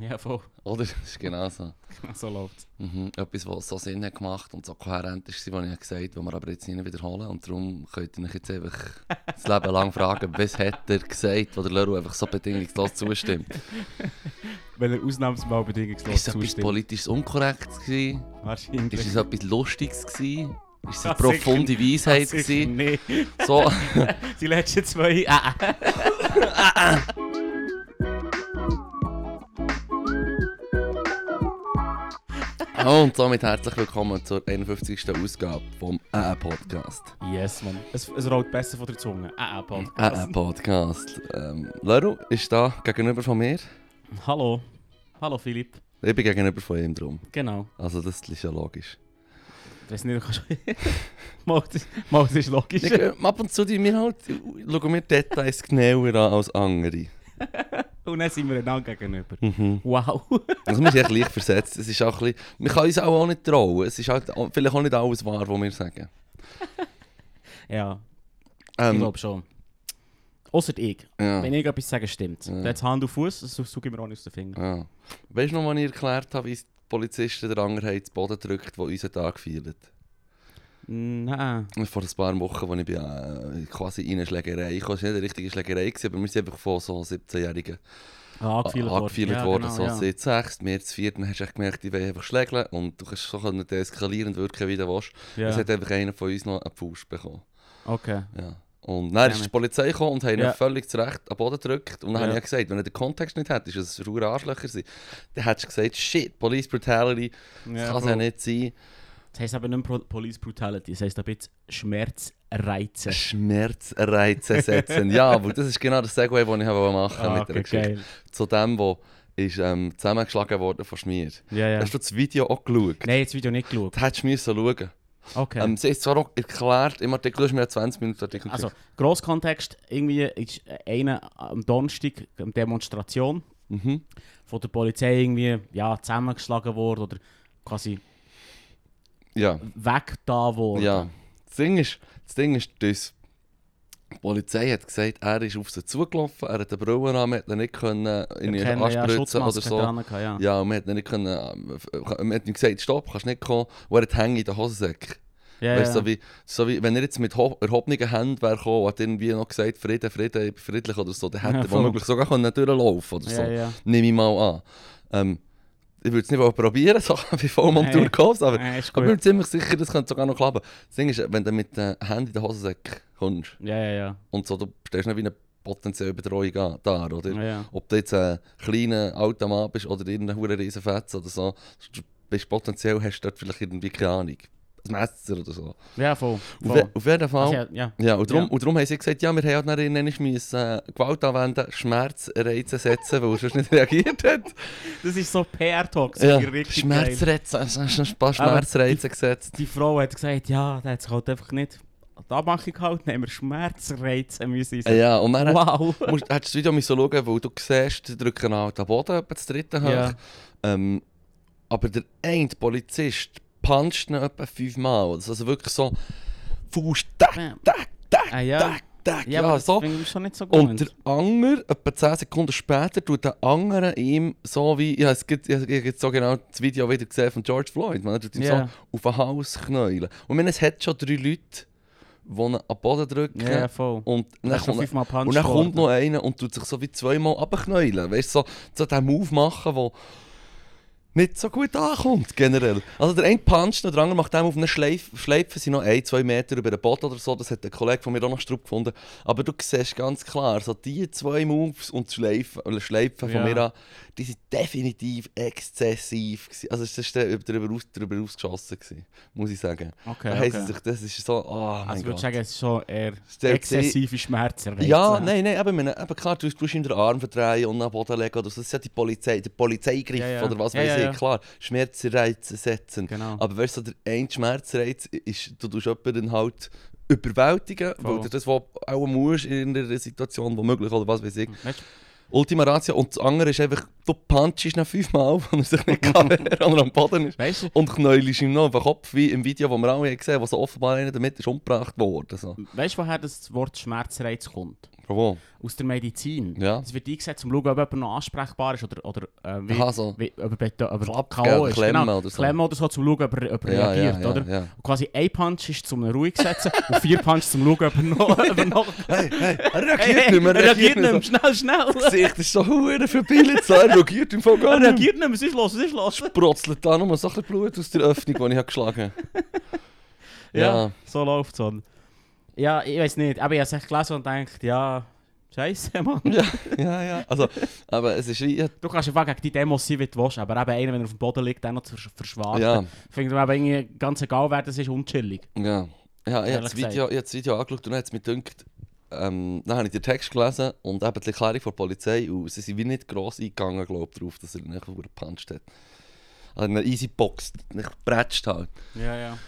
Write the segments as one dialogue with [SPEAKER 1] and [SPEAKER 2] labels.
[SPEAKER 1] Ja, voll.
[SPEAKER 2] Oder? Das ist genau so.
[SPEAKER 1] So läuft es.
[SPEAKER 2] Mhm. Etwas, was so Sinn hat gemacht und so kohärent ist, was ich gesagt habe, was wir aber jetzt nicht wiederholen. Und darum könnt ihr euch jetzt einfach das Leben lang fragen, was hat er gesagt, wo der Leru einfach so bedingungslos zustimmt.
[SPEAKER 1] Wenn er ausnahmsweise bedingungslos
[SPEAKER 2] Ist es etwas
[SPEAKER 1] zustimmt.
[SPEAKER 2] politisch Unkorrektes? Gewesen?
[SPEAKER 1] Wahrscheinlich.
[SPEAKER 2] Ist es etwas Lustiges? Gewesen? Ist es eine
[SPEAKER 1] Das
[SPEAKER 2] profunde Weisheit?
[SPEAKER 1] Sicher
[SPEAKER 2] Gewesen?
[SPEAKER 1] nicht.
[SPEAKER 2] So.
[SPEAKER 1] Die letzten zwei. Ah, ah.
[SPEAKER 2] Und somit herzlich willkommen zur 51. Ausgabe vom AA Podcast.
[SPEAKER 1] Yes, man. Es, es rollt besser von der Zunge. Ah, ah,
[SPEAKER 2] AA
[SPEAKER 1] Podcast.
[SPEAKER 2] Podcast. Ähm, Leru ist da gegenüber von mir.
[SPEAKER 1] Hallo. Hallo, Philipp.
[SPEAKER 2] Ich bin gegenüber von ihm drum.
[SPEAKER 1] Genau.
[SPEAKER 2] Also das ist ja logisch.
[SPEAKER 1] Ich weiß nicht, du kannst. Mal, das- Mal, das ist logisch.
[SPEAKER 2] Ich, äh, ab und zu die mir halt, schauen wir Details genauer an als andere.
[SPEAKER 1] Und dann sind wir einander gegenüber.
[SPEAKER 2] Mhm.
[SPEAKER 1] Wow.
[SPEAKER 2] Also wir sind echt leicht versetzt. Es ist auch ein bisschen, man kann uns auch, auch nicht trauen. Es ist halt auch, vielleicht auch nicht alles wahr, was wir sagen.
[SPEAKER 1] ja, ich
[SPEAKER 2] Ähm,
[SPEAKER 1] glaube schon. Außer ich.
[SPEAKER 2] ja,
[SPEAKER 1] Wenn ich etwas sage, stimmt.
[SPEAKER 2] Ja.
[SPEAKER 1] Ja. Jetzt Hand auf Fuß, das suche ich mir auch nicht aus den Fingern.
[SPEAKER 2] ja. Weißt du noch, wann ich erklärt habe, wie es die Polizisten der Angerheit zu Boden drückt, der unseren Tag feiert?
[SPEAKER 1] Nein.
[SPEAKER 2] Vor ein paar Wochen, als ich bin, äh, quasi in eine Schlägerei kam. Es war nicht eine richtige Schlägerei, gewesen, aber wir sind einfach von so 17-Jährigen
[SPEAKER 1] Angefeilt Ah, worden.
[SPEAKER 2] angefeilt
[SPEAKER 1] Ja,
[SPEAKER 2] worden,
[SPEAKER 1] genau,
[SPEAKER 2] so
[SPEAKER 1] ja.
[SPEAKER 2] seit 6, mehr zu 4, dann hast du echt gemerkt, die wollen einfach schlägeln und du kannst so können deeskalierend wirken, wie du willst.
[SPEAKER 1] Ja.
[SPEAKER 2] Es hat einfach einer von uns noch einen Faust bekommen.
[SPEAKER 1] Okay.
[SPEAKER 2] Ja. Und dann ist
[SPEAKER 1] Damit.
[SPEAKER 2] die Polizei gekommen und hat ihn
[SPEAKER 1] Ja.
[SPEAKER 2] völlig zu Recht an den Boden gedrückt. Und dann
[SPEAKER 1] Ja.
[SPEAKER 2] habe ich ja gesagt, wenn er den Kontext nicht hat, ist es ein verdammter Arschlöcher. gewesen. Dann hättest du gesagt, shit, Police Brutality, das kann es ja
[SPEAKER 1] Bro.
[SPEAKER 2] nicht sein.
[SPEAKER 1] Das heisst aber nicht Pro Police Brutality, das heisst ein bisschen Schmerzreize.
[SPEAKER 2] Schmerzreize setzen. ja, aber das ist genau das Segway, den ich habe machen
[SPEAKER 1] Ah,
[SPEAKER 2] mit der Geschichte. Zu dem, wo ist ähm, zusammengeschlagen worden von Schmier.
[SPEAKER 1] Ja, ja.
[SPEAKER 2] Hast du das Video auch geschaut?
[SPEAKER 1] Nein, jetzt Video nicht geschaut.
[SPEAKER 2] Das hättest du mir so schauen.
[SPEAKER 1] Okay.
[SPEAKER 2] Ähm, sie hat es zwar auch erklärt, im Artikel ist mir ein 20 Minuten Artikel
[SPEAKER 1] also,
[SPEAKER 2] geschickt.
[SPEAKER 1] Grosskontext, irgendwie ist äh, einer am Donnerstag eine Demonstration
[SPEAKER 2] Mhm.
[SPEAKER 1] von der Polizei irgendwie ja, zusammengeschlagen worden oder quasi
[SPEAKER 2] Ja.
[SPEAKER 1] weg da worden.
[SPEAKER 2] Ja, das Ding ist, das Ding dus, ist das. Die Polizei hat gesagt, er ist auf sie zugelaufen, er hat den Brille an, man hat ihn nicht können eh, in
[SPEAKER 1] Wir
[SPEAKER 2] die
[SPEAKER 1] kennen ja
[SPEAKER 2] Anspritzen oder
[SPEAKER 1] Schutzmasken
[SPEAKER 2] so.
[SPEAKER 1] dran gehabt, ja.
[SPEAKER 2] Ja, und man hat ihn nicht können, äh, man hat ihm gesagt, stopp, kannst nicht kommen, und er hat Hänge in den Hosensack.
[SPEAKER 1] Ja,
[SPEAKER 2] Weißt du,
[SPEAKER 1] ja.
[SPEAKER 2] so wie, so wie, wenn er jetzt mit ho- erhobenen Händen wäre gekommen und hat irgendwie noch gesagt, Frieden, Frieden, ich bin friedlich oder so, dann
[SPEAKER 1] Ja,
[SPEAKER 2] hätte er
[SPEAKER 1] voll.
[SPEAKER 2] womöglich sogar können durchlaufen oder so.
[SPEAKER 1] ja, ja.
[SPEAKER 2] Nehme ich mal an. Ähm, ich würde es nicht mal probieren, so wie voll am
[SPEAKER 1] Nein.
[SPEAKER 2] Durchkopf, aber
[SPEAKER 1] Ja, ist
[SPEAKER 2] ich bin mir
[SPEAKER 1] gut.
[SPEAKER 2] ziemlich sicher, das könnte sogar noch klappen. Das Ding ist, wenn du mit dem Handy in den Hosensack kommst
[SPEAKER 1] Ja, ja, ja.
[SPEAKER 2] und so, du stehst nicht wie eine potenzielle Betreuung an, da, oder?
[SPEAKER 1] ja, ja.
[SPEAKER 2] Ob du jetzt ein kleiner alter Mann bist oder irgendein hure riesen Fetz oder so, du bist potenziell, hast du dort vielleicht irgendwie keine Ahnung, ein Messer oder so.
[SPEAKER 1] Ja, voll.
[SPEAKER 2] Auf,
[SPEAKER 1] voll.
[SPEAKER 2] je- auf jeden Fall.
[SPEAKER 1] Also, ja, ja.
[SPEAKER 2] Ja, und darum,
[SPEAKER 1] Ja.
[SPEAKER 2] Und darum haben sie gesagt, ja, wir haben halt dann nicht müssen, äh, Gewalt anwenden, Schmerzreize setzen, weil er sonst nicht reagiert hat.
[SPEAKER 1] Das ist so PR-Talk, so
[SPEAKER 2] ja,
[SPEAKER 1] richtig geil.
[SPEAKER 2] Schmerzreize, es hast noch ein paar
[SPEAKER 1] Aber-
[SPEAKER 2] Schmerzreize gesetzt.
[SPEAKER 1] die Frau hat gesagt, ja, der hat sich halt einfach nicht an die Abmachung gehalten, haben wir Schmerzreize müssen sein.
[SPEAKER 2] Ja, und dann
[SPEAKER 1] Wow.
[SPEAKER 2] musst, hättest du das Video müssen schauen weil du siehst, die drücken halt den Boden, etwa das dritte hoch.
[SPEAKER 1] Ja.
[SPEAKER 2] Ähm, aber der eine Polizist puncht ihn etwa fünfmal. Also wirklich so, Fuß,
[SPEAKER 1] Ja.
[SPEAKER 2] tack, tack, tack,
[SPEAKER 1] Ah, ja.
[SPEAKER 2] tack, tack.
[SPEAKER 1] Ja,
[SPEAKER 2] Ja,
[SPEAKER 1] aber das
[SPEAKER 2] so.
[SPEAKER 1] finde ich schon nicht so gut.
[SPEAKER 2] Und der andere, etwa 10 Sekunden später, tut der andere ihm so wie, ja, es gibt, ich habe jetzt so genau das Video wieder gesehen von George Floyd, man, er tut ihm
[SPEAKER 1] Ja.
[SPEAKER 2] so auf den Hals knäulen. Und ich meine, es hat schon drei Leute, die ihn an den Boden drücken.
[SPEAKER 1] ja, ja, voll. Also
[SPEAKER 2] Und dann,
[SPEAKER 1] Hast du
[SPEAKER 2] kommt,
[SPEAKER 1] fünfmal Punch
[SPEAKER 2] und dann kommt
[SPEAKER 1] worden.
[SPEAKER 2] noch einer und tut sich so wie zweimal abknäulen. Weißt du, so, so diesen Move machen, der nicht so gut ankommt, generell. Also der eine puncht und der andere macht dem auf eine Schleife, Schleife sind noch ein, zwei Meter über den Boden oder so. Das hat ein Kollege von mir auch noch strupp gefunden. Aber du siehst ganz klar, so die zwei Moves und die Schleife, oder Schleife von
[SPEAKER 1] Ja.
[SPEAKER 2] mir an, die sind definitiv exzessiv. gewesen. Also es war darüber, aus, darüber ausgeschossen, gewesen, muss ich sagen.
[SPEAKER 1] Okay,
[SPEAKER 2] Da haben sie
[SPEAKER 1] okay.
[SPEAKER 2] sich, das ist so, oh mein
[SPEAKER 1] Also ich würde
[SPEAKER 2] Gott.
[SPEAKER 1] sagen, es ist schon eher
[SPEAKER 2] Stellt
[SPEAKER 1] exzessive Schmerzreize.
[SPEAKER 2] Ja, nein, nein, eben, meine, eben klar, du musst in den Arm verdrehen und am Boden legen oder so. Das ist ja Dus die Polizei, der Polizeigriff
[SPEAKER 1] Ja, ja.
[SPEAKER 2] oder was
[SPEAKER 1] Ja,
[SPEAKER 2] weiß
[SPEAKER 1] ja,
[SPEAKER 2] ich,
[SPEAKER 1] ja.
[SPEAKER 2] klar. Schmerzreize setzen.
[SPEAKER 1] Genau.
[SPEAKER 2] Aber weißt du, der eine Schmerzreiz ist, du tust jemanden halt überwältigen,
[SPEAKER 1] Voll.
[SPEAKER 2] weil du das was auch musst in einer Situation, wo möglich oder was weiß ich.
[SPEAKER 1] Weißt,
[SPEAKER 2] Ultima Ratio und das andere ist einfach, du punchst ihn fünfmal, wenn er sich nicht kann wehren, wenn er am Boden ist.
[SPEAKER 1] weißt du,
[SPEAKER 2] Und knäulst ihm noch auf den Kopf, wie im Video, das wir alle gesehen haben, wo so offenbar einer damit ist umgebracht worden. So.
[SPEAKER 1] weißt, du, woher das Wort Schmerzreiz kommt?
[SPEAKER 2] Bravo.
[SPEAKER 1] aus der Medizin.
[SPEAKER 2] Ja.
[SPEAKER 1] Es wird eingesetzt, um zu schauen, ob jemand noch ansprechbar ist oder, oder äh, wie,
[SPEAKER 2] Aha, so.
[SPEAKER 1] wie, ob er, beto- ob er
[SPEAKER 2] Klapp,
[SPEAKER 1] K.O.
[SPEAKER 2] gell,
[SPEAKER 1] ist.
[SPEAKER 2] Klemme
[SPEAKER 1] genau.
[SPEAKER 2] oder so.
[SPEAKER 1] Klemme oder so, um zu schauen, ob er, ob er
[SPEAKER 2] Ja,
[SPEAKER 1] reagiert.
[SPEAKER 2] ja, ja,
[SPEAKER 1] oder?
[SPEAKER 2] ja.
[SPEAKER 1] Und quasi ein Punch ist, um ihn ruhig zu setzen und vier Punch, um zu schauen, ob er noch... Ob er noch
[SPEAKER 2] Hey, hey, er
[SPEAKER 1] Hey,
[SPEAKER 2] reagiert
[SPEAKER 1] hey,
[SPEAKER 2] nicht mehr. Er reagiert nicht mehr.
[SPEAKER 1] Schnell,
[SPEAKER 2] Das
[SPEAKER 1] schnell!
[SPEAKER 2] Gesicht ist so verdammt verbilligt. so, Er reagiert im Fall gar
[SPEAKER 1] Er
[SPEAKER 2] nicht mehr.
[SPEAKER 1] reagiert nicht mehr, was ist los, was ist los?
[SPEAKER 2] Brotzelt da nochmal so ein bisschen Blut aus der Öffnung, die ich hab geschlagen habe.
[SPEAKER 1] Ja,
[SPEAKER 2] Ja.
[SPEAKER 1] so läuft es. Ja, ich weiß nicht, aber ich habe es echt gelesen und gedacht, ja, scheiße, Mann.
[SPEAKER 2] Ja, ja, ja. Also, aber es ist wie...
[SPEAKER 1] Du kannst einfach gegen die Demos sein, wie du willst, aber eben einer, wenn er auf dem Boden liegt, dann noch zu versch- verschwachen.
[SPEAKER 2] Ja.
[SPEAKER 1] Finde ich aber irgendwie ganz egal, wer das ist, unchillig.
[SPEAKER 2] Ja, ja ich habe
[SPEAKER 1] Ehrlich
[SPEAKER 2] das, Video- ich hab das Video angeschaut und dann hat es mir gedacht, ähm, dann habe ich den Text gelesen und eben die Erklärung von der Polizei und sie sind wie nicht gross eingegangen, glaube ich, darauf, dass er ihn einfach gepuncht hat. Also eine easy Box, nicht gebretscht halt.
[SPEAKER 1] Ja, ja.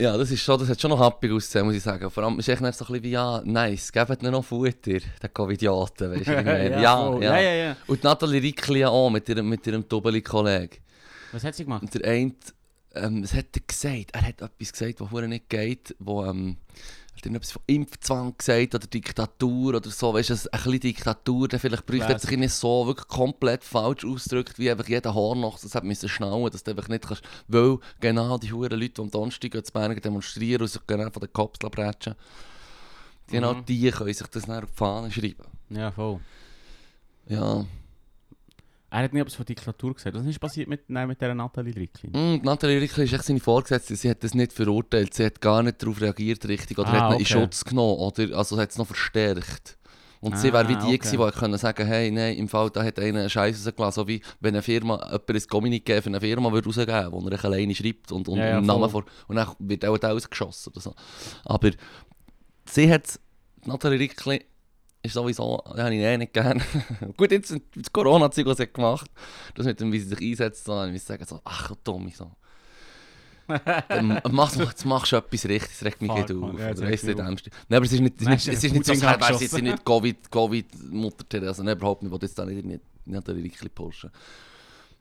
[SPEAKER 2] Ja, das ist schon, das hat schon noch happig ausgesehen, muss ich sagen. Vor allem ist echt nicht so ein bisschen wie, ja, nice, gebt ihnen noch Futter, den Covidioten, weißt du, wie ich meine?
[SPEAKER 1] ja,
[SPEAKER 2] ja,
[SPEAKER 1] voll.
[SPEAKER 2] ja,
[SPEAKER 1] ja, ja, ja.
[SPEAKER 2] Und die Nathalie Ricklia auch mit ihrem, mit ihrem Tubeli-Kollegen.
[SPEAKER 1] Was hat sie gemacht?
[SPEAKER 2] Und der eine, ähm, was hat er gesagt? Er hat etwas gesagt, das hure nicht geht, wo, ähm, er hat irgendetwas von Impfzwang gesagt oder Diktatur oder so, weißt du, ein ein bisschen Diktatur, der vielleicht bräuchte, hat sich nicht so wirklich komplett falsch ausgedrückt, wie einfach jeder Horn noch, das hat müssen schnallen, dass du einfach nicht kannst, weil genau die huren Leute die am Donnerstag gehen zu Bergen demonstrieren und sich genau von den Cops brätschen Genau
[SPEAKER 1] Mhm.
[SPEAKER 2] die können sich das dann auf die Fahne schreiben.
[SPEAKER 1] Ja, voll.
[SPEAKER 2] Ja.
[SPEAKER 1] Er hat nie etwas von Diktatur gesagt. Was ist passiert mit, nein, mit dieser Nathalie Ricklin?
[SPEAKER 2] Mm, die Nathalie Rickler ist echt seine Vorgesetzte. Sie hat das nicht verurteilt. Sie hat gar nicht darauf reagiert richtig oder
[SPEAKER 1] Ah,
[SPEAKER 2] hat ihn
[SPEAKER 1] okay.
[SPEAKER 2] in Schutz genommen. Oder, also hat es noch verstärkt. Und sie
[SPEAKER 1] Ah,
[SPEAKER 2] wäre wie die,
[SPEAKER 1] okay.
[SPEAKER 2] okay. die hätte können sagen hey, nein, im Fall da hat einer einen Scheiß rausgelassen. So wie wenn eine Firma, jemand ein Communiqué für eine Firma würde rausgeben wo er alleine schreibt und, und
[SPEAKER 1] Ja, ja,
[SPEAKER 2] im
[SPEAKER 1] voll.
[SPEAKER 2] Namen vor. Und dann wird auch alles geschossen oder so. Aber sie hat, Nathalie Rickler, ist sowieso, das habe ich eh nicht gerne. Gut, jetzt das Corona-Zeug, was sie hat gemacht das mit dem, wie sie sich einsetzt, so, dann muss ich sagen, so, ach, Tommy, so. Dann mach, jetzt machst du etwas richtig, es regt mich
[SPEAKER 1] Fuck,
[SPEAKER 2] nicht auf.
[SPEAKER 1] Mann, ja, jetzt
[SPEAKER 2] oder
[SPEAKER 1] regt
[SPEAKER 2] weißt du,
[SPEAKER 1] mich
[SPEAKER 2] nicht ernst. Nein, aber es ist nicht, es ist
[SPEAKER 1] Mensch,
[SPEAKER 2] nicht, es
[SPEAKER 1] der
[SPEAKER 2] ist nicht so,
[SPEAKER 1] Putin
[SPEAKER 2] als wäre es
[SPEAKER 1] abgeschossen.
[SPEAKER 2] jetzt nicht Covid, Covid-Mutter Teresa, also, nein, überhaupt nicht, ich will jetzt da nicht, nicht, nicht wirklich Porsche.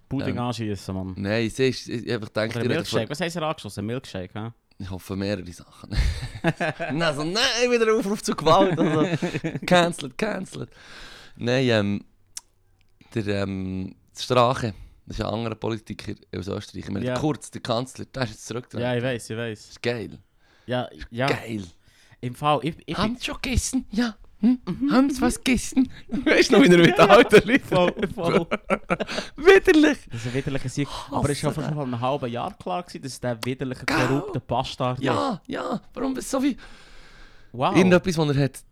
[SPEAKER 1] Pudding
[SPEAKER 2] Ähm.
[SPEAKER 1] anschiessen, Mann.
[SPEAKER 2] Nein, sie ist, ich ich einfach denke,
[SPEAKER 1] Oder ein
[SPEAKER 2] die redet von-
[SPEAKER 1] Milkshake. Was haben sie angeschossen? Ein Milkshake, hä?
[SPEAKER 2] ich hoffe mehrere Sachen. nein, so, nein, wieder ein Aufruf zu Gewalt, also, cancelled, cancelled. Nein, ähm, der, ähm, Strache, das ist ein anderer Politiker aus Österreich, ich meine,
[SPEAKER 1] Ja.
[SPEAKER 2] der Kurz, der Kanzler, der ist jetzt zurückgetreten.
[SPEAKER 1] Ja, ich weiß, ich weiß.
[SPEAKER 2] Das ist geil.
[SPEAKER 1] Ja, ja.
[SPEAKER 2] Geil.
[SPEAKER 1] Im Fall, ich, ich
[SPEAKER 2] Haben Sie schon gegessen? Ja. Hm? Haben Sie was gegessen? Weißt du noch, wie er mit den alten Leuten
[SPEAKER 1] voll, voll.
[SPEAKER 2] Widerlich!
[SPEAKER 1] Das ist ein widerlicher Sieg. Aber es war schon vor vor einem halben Jahr klar, gewesen, dass der widerliche,
[SPEAKER 2] Gell?
[SPEAKER 1] korrupte Bastard ist.
[SPEAKER 2] Ja, ja, warum ist so wie.
[SPEAKER 1] Wow.
[SPEAKER 2] Irgendetwas, wo er, hat,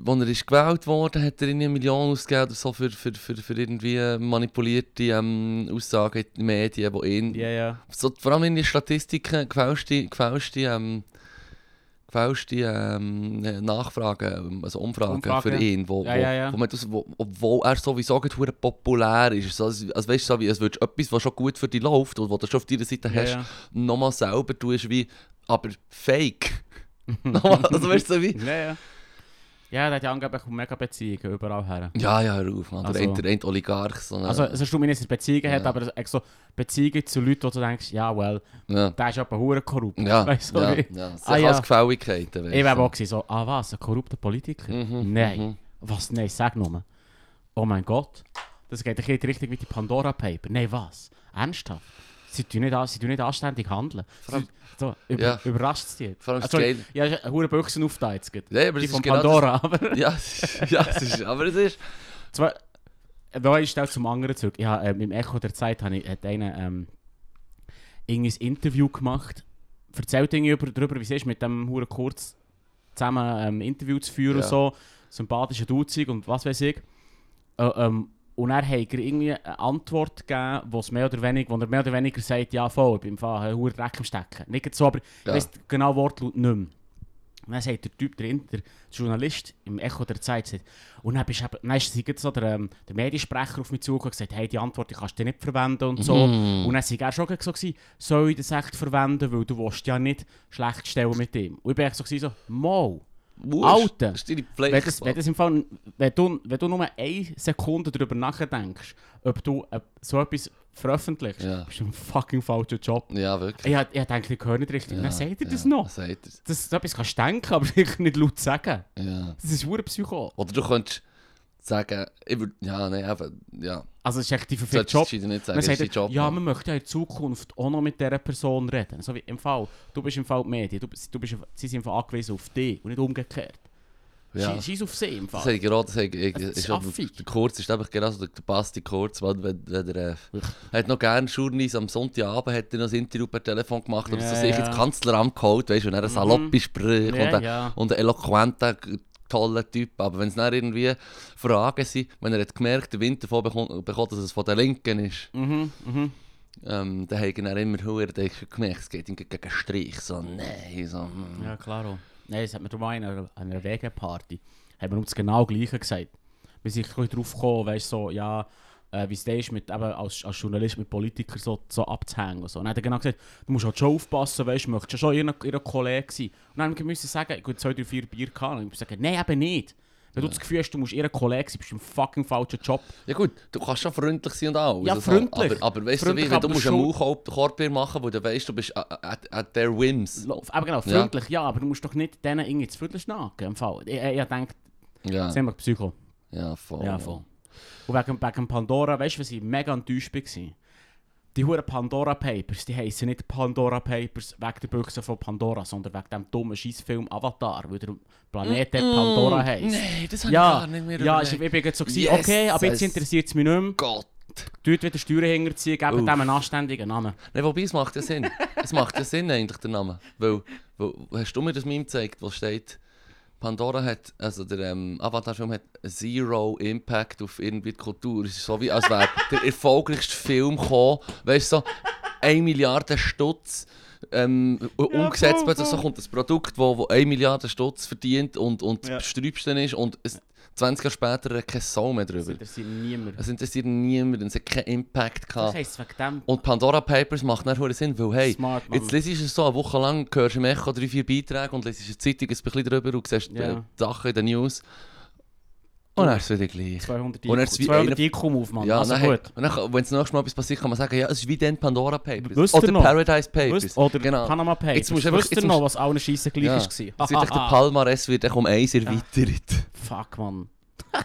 [SPEAKER 2] wo er ist gewählt worden, hat er irgendwie eine Million ausgegeben oder so für, für, für, für irgendwie manipulierte ähm, Aussagen in den Medien, die ihn.
[SPEAKER 1] Ja, ja.
[SPEAKER 2] So, vor allem in den Statistiken, gefälschte, gefälschte, ähm, gefälschte ähm, Nachfragen, also Umfragen
[SPEAKER 1] Umfragen.
[SPEAKER 2] für ihn, wo,
[SPEAKER 1] Ja,
[SPEAKER 2] wo,
[SPEAKER 1] ja, ja.
[SPEAKER 2] Wo man das, wo, obwohl er sowieso gerade verdammt populär ist. So, als, als weißt du, so wie, als würdest du etwas, was schon gut für dich läuft und was du schon auf deiner Seite
[SPEAKER 1] Ja,
[SPEAKER 2] hast,
[SPEAKER 1] ja.
[SPEAKER 2] nochmal selber tust, wie, aber fake. nochmal, also weißt du, so wie...
[SPEAKER 1] Ja, ja. Ja, der hat ja angeblich mega Beziehungen überall her.
[SPEAKER 2] Ja, ja, hör auf, Mann.
[SPEAKER 1] Also-
[SPEAKER 2] der, eine, der eine Oligarch, so eine,
[SPEAKER 1] Also, es ist nicht, dass er Beziehungen hat,
[SPEAKER 2] Ja.
[SPEAKER 1] aber es- so Beziehungen zu Leuten, wo du denkst, ja, well,
[SPEAKER 2] ja,
[SPEAKER 1] der ist ja hure korrupt.
[SPEAKER 2] ja,
[SPEAKER 1] Weißt du,
[SPEAKER 2] ja,
[SPEAKER 1] wie-
[SPEAKER 2] ja, so
[SPEAKER 1] Ah, ja.
[SPEAKER 2] Gefälligkeiten,
[SPEAKER 1] Ich
[SPEAKER 2] weißt
[SPEAKER 1] war
[SPEAKER 2] du.
[SPEAKER 1] auch gewesen, so, ah was, ein korrupter Politiker?
[SPEAKER 2] Mhm,
[SPEAKER 1] Nein. Was? Nein, sag nur. Oh mein Gott. Das geht ein bisschen richtig wie die Pandora Paper. Nein, was? Ernsthaft? Sie tun nicht, an- sie tun nicht anständig handeln. Sie, so, über,
[SPEAKER 2] Ja.
[SPEAKER 1] Überrascht es dich?
[SPEAKER 2] Vor allem
[SPEAKER 1] Ah,
[SPEAKER 2] ist
[SPEAKER 1] sorry,
[SPEAKER 2] geil.
[SPEAKER 1] Ja, ich habe Büchsen auf da jetzt. gerade.
[SPEAKER 2] Ja, aber
[SPEAKER 1] Die
[SPEAKER 2] das
[SPEAKER 1] von
[SPEAKER 2] ist genau das-
[SPEAKER 1] Pandora, aber...
[SPEAKER 2] Ja, es ist, ja es ist, aber es ist.
[SPEAKER 1] Zwei, neu ist auch zum anderen zurück. Ich habe, ähm, Im Echo der Zeit habe ich, hat einer ähm, irgendein Interview gemacht. Erzählt irgendwie über, darüber, wie es ist, mit dem Huren kurz zusammen ähm, Interview zu führen und
[SPEAKER 2] Ja.
[SPEAKER 1] so. Sympathischer Duzig und was weiß ich. Äh, ähm, und er hat er irgendwie eine Antwort gegeben, wo's mehr oder weniger, wo er mehr oder weniger sagt, ja voll, ich bin im Fall äh, verdammt Dreck am Stecken. Nicht gerade so, aber
[SPEAKER 2] Ja.
[SPEAKER 1] ich weiss genau Wortlaut nicht mehr. Und dann sagt der Typ drin, der Journalist im Echo der Zeit, sagt, und dann, bist du eben, dann ist sie gerade so der, ähm, der Mediensprecher auf mich zugekommen und gesagt, hey, die Antwort die kannst du nicht verwenden und so. Und dann war er schon so, gewesen, soll ich das echt verwenden, weil du willst ja nicht schlecht stellen mit ihm. Und ich bin echt so, gewesen, so mal,
[SPEAKER 2] Wurscht.
[SPEAKER 1] Alter,
[SPEAKER 2] Ist deine Pflicht.
[SPEAKER 1] Wenn, das, wenn, das im Fall, wenn, du, wenn du nur eine Sekunde darüber nachdenkst, ob du äh, so etwas veröffentlichst,
[SPEAKER 2] Ja.
[SPEAKER 1] bist du im fucking falschen Job.
[SPEAKER 2] ja, wirklich.
[SPEAKER 1] Ich, hab- ich denke, ich höre nicht richtig. Dann sagt ihr das
[SPEAKER 2] ja,
[SPEAKER 1] noch.
[SPEAKER 2] Sagt er's.
[SPEAKER 1] Das, so etwas kannst du denken, aber ich kann nicht laut sagen.
[SPEAKER 2] Ja.
[SPEAKER 1] Das ist hure Psycho.
[SPEAKER 2] Oder du könntest sagen, ich würde, ja, nein, eben, ja.
[SPEAKER 1] Also es ist echt die verfickte
[SPEAKER 2] Solltest
[SPEAKER 1] Job.
[SPEAKER 2] du nicht sagen,
[SPEAKER 1] Man
[SPEAKER 2] das
[SPEAKER 1] sagt,
[SPEAKER 2] ist dein
[SPEAKER 1] ja,
[SPEAKER 2] Job.
[SPEAKER 1] man möchte ja in Zukunft auch noch mit dieser Person reden. So wie im Fall, du bist im Fall die Medien, du, bist- du bist, sie sind im Fall angewiesen auf dich und nicht umgekehrt.
[SPEAKER 2] ja.
[SPEAKER 1] Ja. Scheiß auf sie im
[SPEAKER 2] Das
[SPEAKER 1] Fall.
[SPEAKER 2] sage ich auch, das sage ich,
[SPEAKER 1] Das ist
[SPEAKER 2] ist auch,
[SPEAKER 1] affig.
[SPEAKER 2] der Kurz ist einfach genau so, der der Basti Kurz, Mann, wenn, wenn er, äh, hat noch gerne Journeys am Sonntagabend hat er noch ein Interview per Telefon gemacht, aber
[SPEAKER 1] Ja,
[SPEAKER 2] so sich
[SPEAKER 1] ja. Mhm.
[SPEAKER 2] ins Kanzleramt geholt, weißt du, und er ein saloppe Sprüche
[SPEAKER 1] Ja,
[SPEAKER 2] und, ein,
[SPEAKER 1] ja.
[SPEAKER 2] und ein eloquenter, g- toller Typ, aber wenn es dann irgendwie Fragen sind, wenn er hat gemerkt, der Winter bekommt, bekommt, dass es von der Linken ist,
[SPEAKER 1] Mhm, mhm.
[SPEAKER 2] ähm, dann hat er dann immer höher, dann hast du gemerkt, es geht ihm gegen einen Strich, so nein, so, mm.
[SPEAKER 1] Ja, klar. Nein, das hat mir darum an einer, an einer Wegenparty hat man uns das genau Gleiche gesagt. Wir sind ein bisschen drauf gekommen, weißt so, ja, äh, wie es da ist, mit, eben als, als Journalist mit Politikern so, so abzuhängen. Und, so. und dann hat er genau gesagt, du musst halt schon aufpassen, weißt, du möchtest ja schon ihr, ihr Kollege sein. Und dann musste ich müssen sagen, ich habe zwei, drei, vier Bier gehabt. Und ich musste sagen, nein, eben nicht. Wenn du das Gefühl hast, du musst ihr Kollege sein, bist du im fucking falschen Job.
[SPEAKER 2] Ja gut, du kannst schon freundlich sein und alles.
[SPEAKER 1] Ja,
[SPEAKER 2] Also,
[SPEAKER 1] freundlich.
[SPEAKER 2] Aber, aber weißt du,
[SPEAKER 1] Freundlich,
[SPEAKER 2] wie, wenn
[SPEAKER 1] aber
[SPEAKER 2] du musst
[SPEAKER 1] schon-
[SPEAKER 2] einen Maulkorb machen, wo du weißt, du bist at, at, at eh, their whims.
[SPEAKER 1] Lauf. Aber genau,
[SPEAKER 2] Ja.
[SPEAKER 1] freundlich, ja. aber du musst doch nicht denen irgendwie zu Viertel schnacken. Im Fall. Ich, ich, ich denke,
[SPEAKER 2] Ja,
[SPEAKER 1] ziemlich Psycho.
[SPEAKER 2] ja voll.
[SPEAKER 1] Ja, voll. Und wegen, wegen Pandora, weißt du, was ich mega enttäuscht war? Die huren Pandora Papers, die heissen nicht Pandora Papers wegen der Büchse von Pandora, sondern wegen dem dummen Scheißfilm Avatar, weil der Planet dort Pandora heisst.
[SPEAKER 2] Nee, das habe ich
[SPEAKER 1] Ja,
[SPEAKER 2] gar nicht mehr
[SPEAKER 1] ja, ich,
[SPEAKER 2] überlegt.
[SPEAKER 1] ich bin jetzt so gewesen,
[SPEAKER 2] Yes,
[SPEAKER 1] okay, aber jetzt
[SPEAKER 2] es-
[SPEAKER 1] interessiert es mich nicht mehr.
[SPEAKER 2] Gott.
[SPEAKER 1] Dort wieder Steuern hinterziehen, geben
[SPEAKER 2] Uff.
[SPEAKER 1] dem einen anständigen Namen.
[SPEAKER 2] Nein, wobei, es macht ja Sinn. es macht ja Sinn eigentlich, der Name. Weil, weil, hast du mir das Meme gezeigt, wo steht, Pandora hat, also der ähm, Avatar-Film hat zero Impact auf irgendwie die Kultur. Es ist so wie, als wäre der erfolgreichste Film gekommen, weißt du, so 1 Milliarde Stutz ähm, u- umgesetzt
[SPEAKER 1] voll,
[SPEAKER 2] wird. Also, so
[SPEAKER 1] voll.
[SPEAKER 2] kommt ein Produkt, wo, wo 1 Milliarde Stutz verdient und, und
[SPEAKER 1] Ja.
[SPEAKER 2] das Sträubste ist und es, 20 Jahre später redet keine Sau mehr
[SPEAKER 1] Das
[SPEAKER 2] drüber.
[SPEAKER 1] interessiert niemand.
[SPEAKER 2] Es interessiert niemanden, es hat keinen Impact
[SPEAKER 1] Das
[SPEAKER 2] gehabt.
[SPEAKER 1] heisst wegen dem.
[SPEAKER 2] Und Pandora Papers macht nicht verdammt Sinn, weil Oh, hey,
[SPEAKER 1] Smart, Mann.
[SPEAKER 2] jetzt liest du es so eine Woche lang, hörst im Echo drei, vier Beiträge und liest eine Zeitung ein bisschen drüber und siehst
[SPEAKER 1] Ja.
[SPEAKER 2] äh, die Sachen in den News. Und dann ist es wieder gleich.
[SPEAKER 1] 200
[SPEAKER 2] Und er ist wie
[SPEAKER 1] 200
[SPEAKER 2] einer-
[SPEAKER 1] Einkommen auf, Mann.
[SPEAKER 2] Ja,
[SPEAKER 1] also
[SPEAKER 2] dann,
[SPEAKER 1] gut.
[SPEAKER 2] Und dann, wenn das nächste Mal etwas passiert, kann man sagen, ja, es ist wie den Pandora Papers.
[SPEAKER 1] Wisst ihr
[SPEAKER 2] Oder
[SPEAKER 1] noch?
[SPEAKER 2] Paradise Papers.
[SPEAKER 1] Wisst- Oder
[SPEAKER 2] genau.
[SPEAKER 1] Panama Papers.
[SPEAKER 2] Jetzt musst du einfach-
[SPEAKER 1] Wisst ihr
[SPEAKER 2] jetzt
[SPEAKER 1] noch,
[SPEAKER 2] musst-
[SPEAKER 1] was allen Scheissen gleich
[SPEAKER 2] ja.
[SPEAKER 1] ist
[SPEAKER 2] Jetzt wird
[SPEAKER 1] war?
[SPEAKER 2] echt der Palmares wird echt um eins erweitert.
[SPEAKER 1] Fuck, man.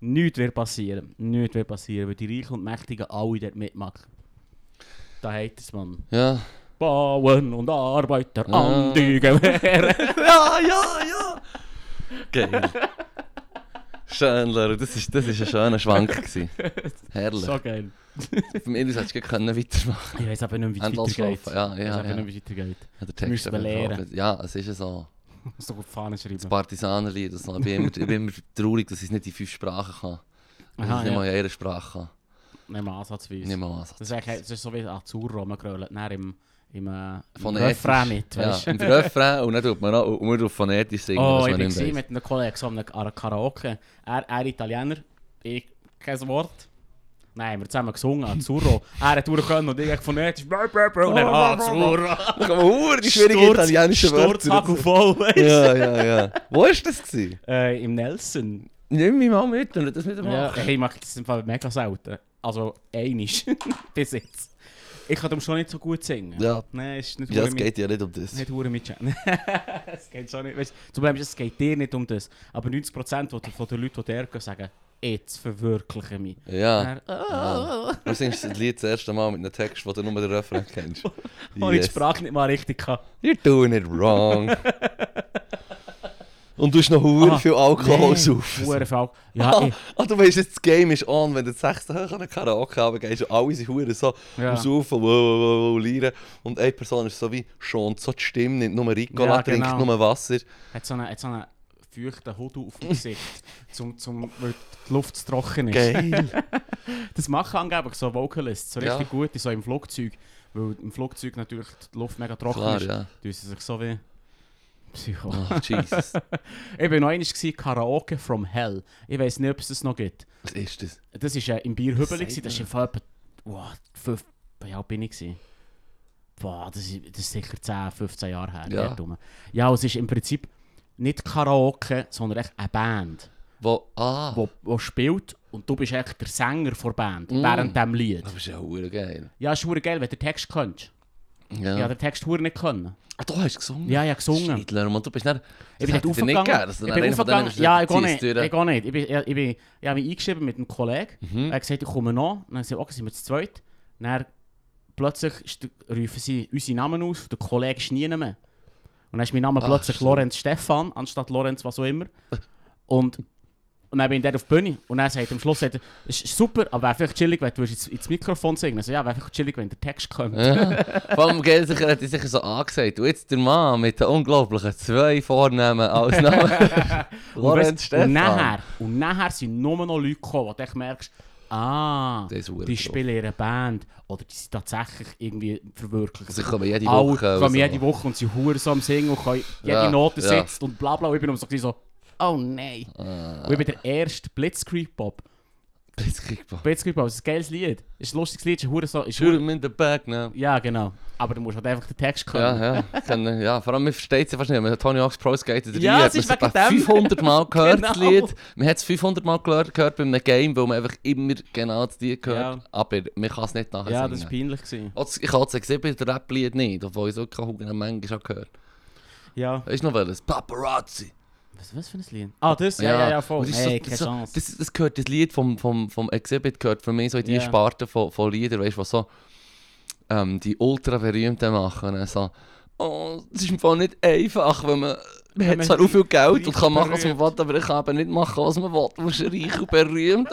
[SPEAKER 1] Nichts wird passieren. Nichts wird passieren, weil die Reichen und Mächtigen alle dort mitmachen. Da hat es, man.
[SPEAKER 2] Ja.
[SPEAKER 1] Bauen und Arbeiter
[SPEAKER 2] Ja.
[SPEAKER 1] an die Gewehr.
[SPEAKER 2] Ja, ja, ja! Geil. Schön, Leute, das war ist, das ist ein schöner Schwank. gewesen. Herrlich.
[SPEAKER 1] so geil.
[SPEAKER 2] Beim Indus hättest du gerne weitermachen
[SPEAKER 1] Ich weiß aber nicht, wie es
[SPEAKER 2] Handel
[SPEAKER 1] weitergeht.
[SPEAKER 2] schlafen, ja, ja,
[SPEAKER 1] Also ich weiß aber
[SPEAKER 2] ja.
[SPEAKER 1] nicht, wie es weitergeht.
[SPEAKER 2] können. Der
[SPEAKER 1] müssen
[SPEAKER 2] einfach
[SPEAKER 1] belehren.
[SPEAKER 2] drauf. Ja, es ist so.
[SPEAKER 1] Ich muss doch auf die Fahne
[SPEAKER 2] Das
[SPEAKER 1] schreiben.
[SPEAKER 2] Partisanerlied, das noch. Ich, bin immer, ich bin immer traurig, dass ich es nicht in fünf Sprachen kann. Dass ich
[SPEAKER 1] Aha,
[SPEAKER 2] es
[SPEAKER 1] Ah,
[SPEAKER 2] nicht
[SPEAKER 1] ja.
[SPEAKER 2] mal in einer Sprache kann.
[SPEAKER 1] Nehmen wir ansatzweise.
[SPEAKER 2] Nicht mal Ansatz.
[SPEAKER 1] Das ist, eigentlich, das ist so wie Azur rumgerollt. Nein, im, im, äh, im
[SPEAKER 2] Phonetisch.
[SPEAKER 1] Refrain nicht, weißt
[SPEAKER 2] Ja, im Refrain und dann tut man auch und man tut phonetisch singen,
[SPEAKER 1] Oh,
[SPEAKER 2] dass
[SPEAKER 1] ich
[SPEAKER 2] man
[SPEAKER 1] bin
[SPEAKER 2] nicht
[SPEAKER 1] gewesen
[SPEAKER 2] weiss.
[SPEAKER 1] mit einem Kollegen so an einer Karaoke. Er, er Italiener, ich kein Wort. Nein, wir haben zusammen gesungen, Azzurro. er hat durchgekommen und ich habe phonetisch «Bro, bro, bro» und
[SPEAKER 2] Oh,
[SPEAKER 1] dann «Azzurro».
[SPEAKER 2] Da kommen verdammt die schwierigen italienischen
[SPEAKER 1] Sturz, Hack und
[SPEAKER 2] Wörter.
[SPEAKER 1] voll, weißt du.
[SPEAKER 2] Ja, ja, ja. Wo war das? Gewesen?
[SPEAKER 1] Äh, Im Nelson.
[SPEAKER 2] Nimm mich mal mit, wenn du das nicht
[SPEAKER 1] Ja,
[SPEAKER 2] machst.
[SPEAKER 1] hey, ich mache das im Fall mega selten. Also, einisch. Bis jetzt. Ich kann darum schon nicht so gut singen.
[SPEAKER 2] Ja.
[SPEAKER 1] Nein, es ist nicht
[SPEAKER 2] Ja,
[SPEAKER 1] hure
[SPEAKER 2] es
[SPEAKER 1] mein-
[SPEAKER 2] geht ja nicht um das.
[SPEAKER 1] Nicht hure mitschämen. es geht schon nicht. Weißt, das Problem ist, es geht dir nicht um das. Aber 90% von der- von den Leuten, die der gehen, sagen, jetzt verwirkliche mich.
[SPEAKER 2] Ja.
[SPEAKER 1] Dann, oh,
[SPEAKER 2] Du singst das Lied das erste Mal mit einem Text, wo du nur den Refrain kennst.
[SPEAKER 1] Und oh, ich die
[SPEAKER 2] Yes.
[SPEAKER 1] Sprache nicht mal richtig kann.
[SPEAKER 2] You're doing it wrong. Und du hast noch hure
[SPEAKER 1] Ah,
[SPEAKER 2] viel Alkohol
[SPEAKER 1] Nee,
[SPEAKER 2] Oh, auf.
[SPEAKER 1] hure Fall. Ja, ich,
[SPEAKER 2] Ah, du weißt jetzt, das Game ist on. Wenn du die 6. hoch an den Karaoke haben gehst, und alle sind hure so
[SPEAKER 1] Ja.
[SPEAKER 2] ja. saufen, wow, wow, wow, lieren. Und eine Person ist so wie, schont so die Stimme, nimmt nur Ricola,
[SPEAKER 1] Ja, genau.
[SPEAKER 2] trinkt nur Wasser.
[SPEAKER 1] hat so einen, hat so einen feuchten Hudu auf dem Gesicht, zum, zum, weil die Luft zu trocken ist.
[SPEAKER 2] Geil.
[SPEAKER 1] Das machen angeblich so Vocalists, so
[SPEAKER 2] Ja.
[SPEAKER 1] richtig gut, so im Flugzeug. Weil im Flugzeug natürlich die Luft mega trocken
[SPEAKER 2] Klar,
[SPEAKER 1] ist.
[SPEAKER 2] ja.
[SPEAKER 1] Die sie sich so wie... Psycho.
[SPEAKER 2] Ach, Jesus.
[SPEAKER 1] Ich war noch einmal gewesen, Karaoke from Hell. Ich weiß nicht, ob es das noch gibt.
[SPEAKER 2] Was ist das?
[SPEAKER 1] Das war äh, im Bierhübeli,
[SPEAKER 2] sagt
[SPEAKER 1] gewesen, das
[SPEAKER 2] mir
[SPEAKER 1] war vor etwa wow, fünf, ja, bin ich. Gewesen. boah, das, ist, das ist sicher 10, 15 Jahre her.
[SPEAKER 2] Ja.
[SPEAKER 1] dort rum. ja, und es ist im Prinzip nicht Karaoke, sondern echt eine Band,
[SPEAKER 2] Wo, ah,
[SPEAKER 1] die die spielt und du bist echt der Sänger der Band
[SPEAKER 2] Mm.
[SPEAKER 1] während diesem Lied.
[SPEAKER 2] das ist ja hure geil.
[SPEAKER 1] Ja, ist verdammt geil, wenn du den Text könntest.
[SPEAKER 2] Ja.
[SPEAKER 1] Ich habe den Text verdammt nicht können.
[SPEAKER 2] ah, du hast gesungen.
[SPEAKER 1] Ja, ich habe gesungen.
[SPEAKER 2] Schiedler, und du bist nicht.
[SPEAKER 1] Ich bin nicht
[SPEAKER 2] nicht
[SPEAKER 1] aufgegangen.
[SPEAKER 2] gegeben, dass du
[SPEAKER 1] ich
[SPEAKER 2] dann
[SPEAKER 1] bin
[SPEAKER 2] einer von denen
[SPEAKER 1] aufgegangen.
[SPEAKER 2] bist,
[SPEAKER 1] Ja,
[SPEAKER 2] der
[SPEAKER 1] ich gehe
[SPEAKER 2] zieht's
[SPEAKER 1] nicht.
[SPEAKER 2] durch.
[SPEAKER 1] Ich gehe nicht. Ich, bin, ich, ich, bin, ich habe mich eingeschrieben mit einem Kollegen. Er hat gesagt, ich komme noch. Dann haben sie gesagt, okay, sind wir zu zweit. Dann plötzlich st- rufen sie unsere Namen aus. Der Kollege ist nie mehr. Und dann ist mein Name
[SPEAKER 2] Ach,
[SPEAKER 1] plötzlich
[SPEAKER 2] stimmt.
[SPEAKER 1] Lorenz Stefan, anstatt Lorenz was auch immer. Und, und dann bin ich dort auf die Bühne. Und er sagt am Schluss, sagt er, es ist super, aber wäre vielleicht chillig, wenn du ins, ins Mikrofon singen Also ja, wäre vielleicht chillig, wenn der Text kommt.
[SPEAKER 2] Ja. Vor allem gell, sicher hat er sicher so angesagt. Und jetzt der Mann mit den unglaublichen zwei Vornamen als Namen. Lorenz
[SPEAKER 1] Und, weißt,
[SPEAKER 2] Stefan.
[SPEAKER 1] und nachher, und nachher sind nur noch Leute gekommen, wo du echt merkst, ah,
[SPEAKER 2] Das ist verdammt
[SPEAKER 1] die
[SPEAKER 2] doof.
[SPEAKER 1] spielen ihre Band oder die sind tatsächlich irgendwie verwirklicht.
[SPEAKER 2] Also ich komme jede
[SPEAKER 1] Alle
[SPEAKER 2] Woche. oder
[SPEAKER 1] kommen
[SPEAKER 2] so.
[SPEAKER 1] jede Woche und sie hure so am Singen und können jede
[SPEAKER 2] Ja,
[SPEAKER 1] Note
[SPEAKER 2] ja.
[SPEAKER 1] sitzt und bla bla. Und ich bin immer so, gewesen, so oh nein.
[SPEAKER 2] Ah.
[SPEAKER 1] Und ich bin der erste Blitzkrieg-Pop.
[SPEAKER 2] Jetzt kriegt man-
[SPEAKER 1] Blitzkrieg-Pop ist ein geiles Lied. Ist ein lustiges Lied, ist hure so... Ist
[SPEAKER 2] Shoot
[SPEAKER 1] hure,
[SPEAKER 2] him in the back now.
[SPEAKER 1] ja, genau. Aber du musst halt einfach den Text können.
[SPEAKER 2] Ja, ja. Ich Kann, ja, vor allem, man versteht es ja fast nicht. Man hat Tony Hawk's Pro Skater 3
[SPEAKER 1] Ja,
[SPEAKER 2] hat
[SPEAKER 1] es ist
[SPEAKER 2] man
[SPEAKER 1] wegen
[SPEAKER 2] etwa
[SPEAKER 1] dem.
[SPEAKER 2] 500 Mal gehört, das
[SPEAKER 1] Genau.
[SPEAKER 2] Lied. Man hat es 500 Mal gehört, gehört bei einem Game, weil man einfach immer genau das Lied gehört.
[SPEAKER 1] Ja.
[SPEAKER 2] Aber man kann es nicht nachher
[SPEAKER 1] Ja, das war
[SPEAKER 2] singen.
[SPEAKER 1] peinlich. Gewesen.
[SPEAKER 2] Auch das- ich habe das Exhibit Rap-Lied nicht, obwohl ich es wirklich auch manchmal schon gehört
[SPEAKER 1] Ja.
[SPEAKER 2] habe. Weißt du noch welches? Paparazzi!
[SPEAKER 1] Was, was für ein Lied? Ah, das? Ja, ja, ja, voll.
[SPEAKER 2] Und das ist so-
[SPEAKER 1] Hey,
[SPEAKER 2] das
[SPEAKER 1] keine
[SPEAKER 2] ist so-
[SPEAKER 1] Chance.
[SPEAKER 2] Das, das gehört, das Lied vom, vom, vom Exhibit gehört für mich so in die
[SPEAKER 1] Ja.
[SPEAKER 2] Sparte von, von Liedern, weißt du, was so ähm, die ultra berühmten machen. äh, So, oh, das ist im Fall nicht einfach, wenn man. Man
[SPEAKER 1] Wenn
[SPEAKER 2] hat
[SPEAKER 1] man
[SPEAKER 2] zwar auch viel Geld und
[SPEAKER 1] reich
[SPEAKER 2] kann machen,
[SPEAKER 1] und
[SPEAKER 2] was man will, aber ich kann eben nicht machen, was man will. Man ist reich und berühmt.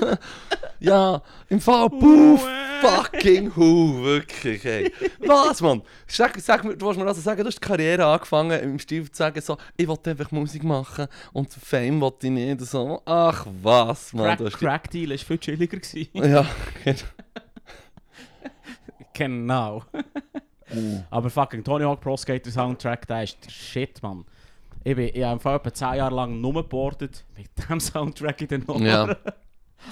[SPEAKER 2] ja, im Fall Puff, fucking Hu, wirklich. Ey. Was, Mann? Sag, sag mir, du willst mir also sagen, du hast die Karriere angefangen, im Stil zu sagen, so, ich wollte einfach Musik machen und Fame wollte ich nicht. Und so. Ach, was, Mann.
[SPEAKER 1] Crack,
[SPEAKER 2] du hast die-
[SPEAKER 1] Crack Deal war viel chilliger. Gewesen.
[SPEAKER 2] Ja, genau.
[SPEAKER 1] genau. Aber fucking Tony Hawk Pro Skater Soundtrack, der ist der Shit, Mann. Ich, bin, ich habe im Fall etwa 10 Jahre lang nur geboardet mit diesem Soundtrack in den Ohren.
[SPEAKER 2] Ja.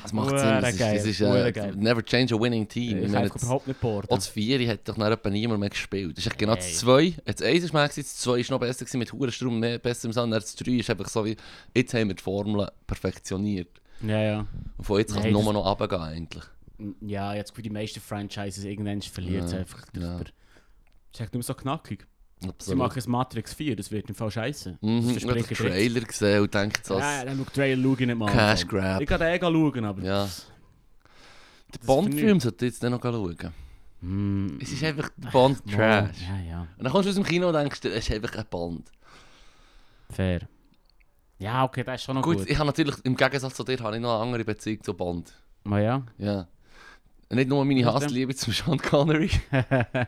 [SPEAKER 2] Das macht Sinn. Das ist,
[SPEAKER 1] Huere
[SPEAKER 2] das ist
[SPEAKER 1] geil,
[SPEAKER 2] äh,
[SPEAKER 1] huere geil.
[SPEAKER 2] never change a winning team.
[SPEAKER 1] Ich
[SPEAKER 2] Ich
[SPEAKER 1] kann
[SPEAKER 2] meine,
[SPEAKER 1] einfach
[SPEAKER 2] das, auch
[SPEAKER 1] überhaupt nicht boarden.
[SPEAKER 2] das Vieri hat doch noch etwa niemand mehr gespielt. Das ist echt genau
[SPEAKER 1] Ey.
[SPEAKER 2] das 2. Das 1 ist mehr, gewesen, das 2 ist noch besser gewesen, mit Hurenstrom mehr besser im Sound. Das 3 ist einfach so wie, jetzt haben wir die Formel perfektioniert.
[SPEAKER 1] Ja, ja.
[SPEAKER 2] Und von jetzt kann es
[SPEAKER 1] Nein,
[SPEAKER 2] nur
[SPEAKER 1] das-
[SPEAKER 2] noch runtergehen eigentlich.
[SPEAKER 1] Ja, jetzt für die meisten Franchises irgendwann verliert es
[SPEAKER 2] Ja,
[SPEAKER 1] einfach.
[SPEAKER 2] ja.
[SPEAKER 1] Ja. Das ist echt nur so knackig. Sie
[SPEAKER 2] Absolut.
[SPEAKER 1] machen es Matrix 4, das wird im Fall scheiße.
[SPEAKER 2] Mhm,
[SPEAKER 1] das
[SPEAKER 2] ich habe den
[SPEAKER 1] verspreche ich jetzt.
[SPEAKER 2] Trailer gesehen und denke, das
[SPEAKER 1] Ja, dann schau Trailer schau ich nicht mal. an.
[SPEAKER 2] Cash Grab.
[SPEAKER 1] Ich kann den eh schauen, aber...
[SPEAKER 2] Ja. der
[SPEAKER 1] ist
[SPEAKER 2] Bond-Film sollte ich jetzt dann noch schauen.
[SPEAKER 1] Mm,
[SPEAKER 2] Es ist einfach der Bond-Trash.
[SPEAKER 1] Ja, ja.
[SPEAKER 2] Und dann kommst du aus dem dus Kino und denkst, dir, es ist einfach ein Bond.
[SPEAKER 1] Fair. Ja, okay, das ist schon noch
[SPEAKER 2] Gut,
[SPEAKER 1] gut.
[SPEAKER 2] ich habe natürlich, im Gegensatz zu dir, habe ich noch eine andere Beziehung zu Bond.
[SPEAKER 1] Aber ja.
[SPEAKER 2] Ja. Nicht nur meine
[SPEAKER 1] Was denn?
[SPEAKER 2] Hassliebe zum Sean Connery.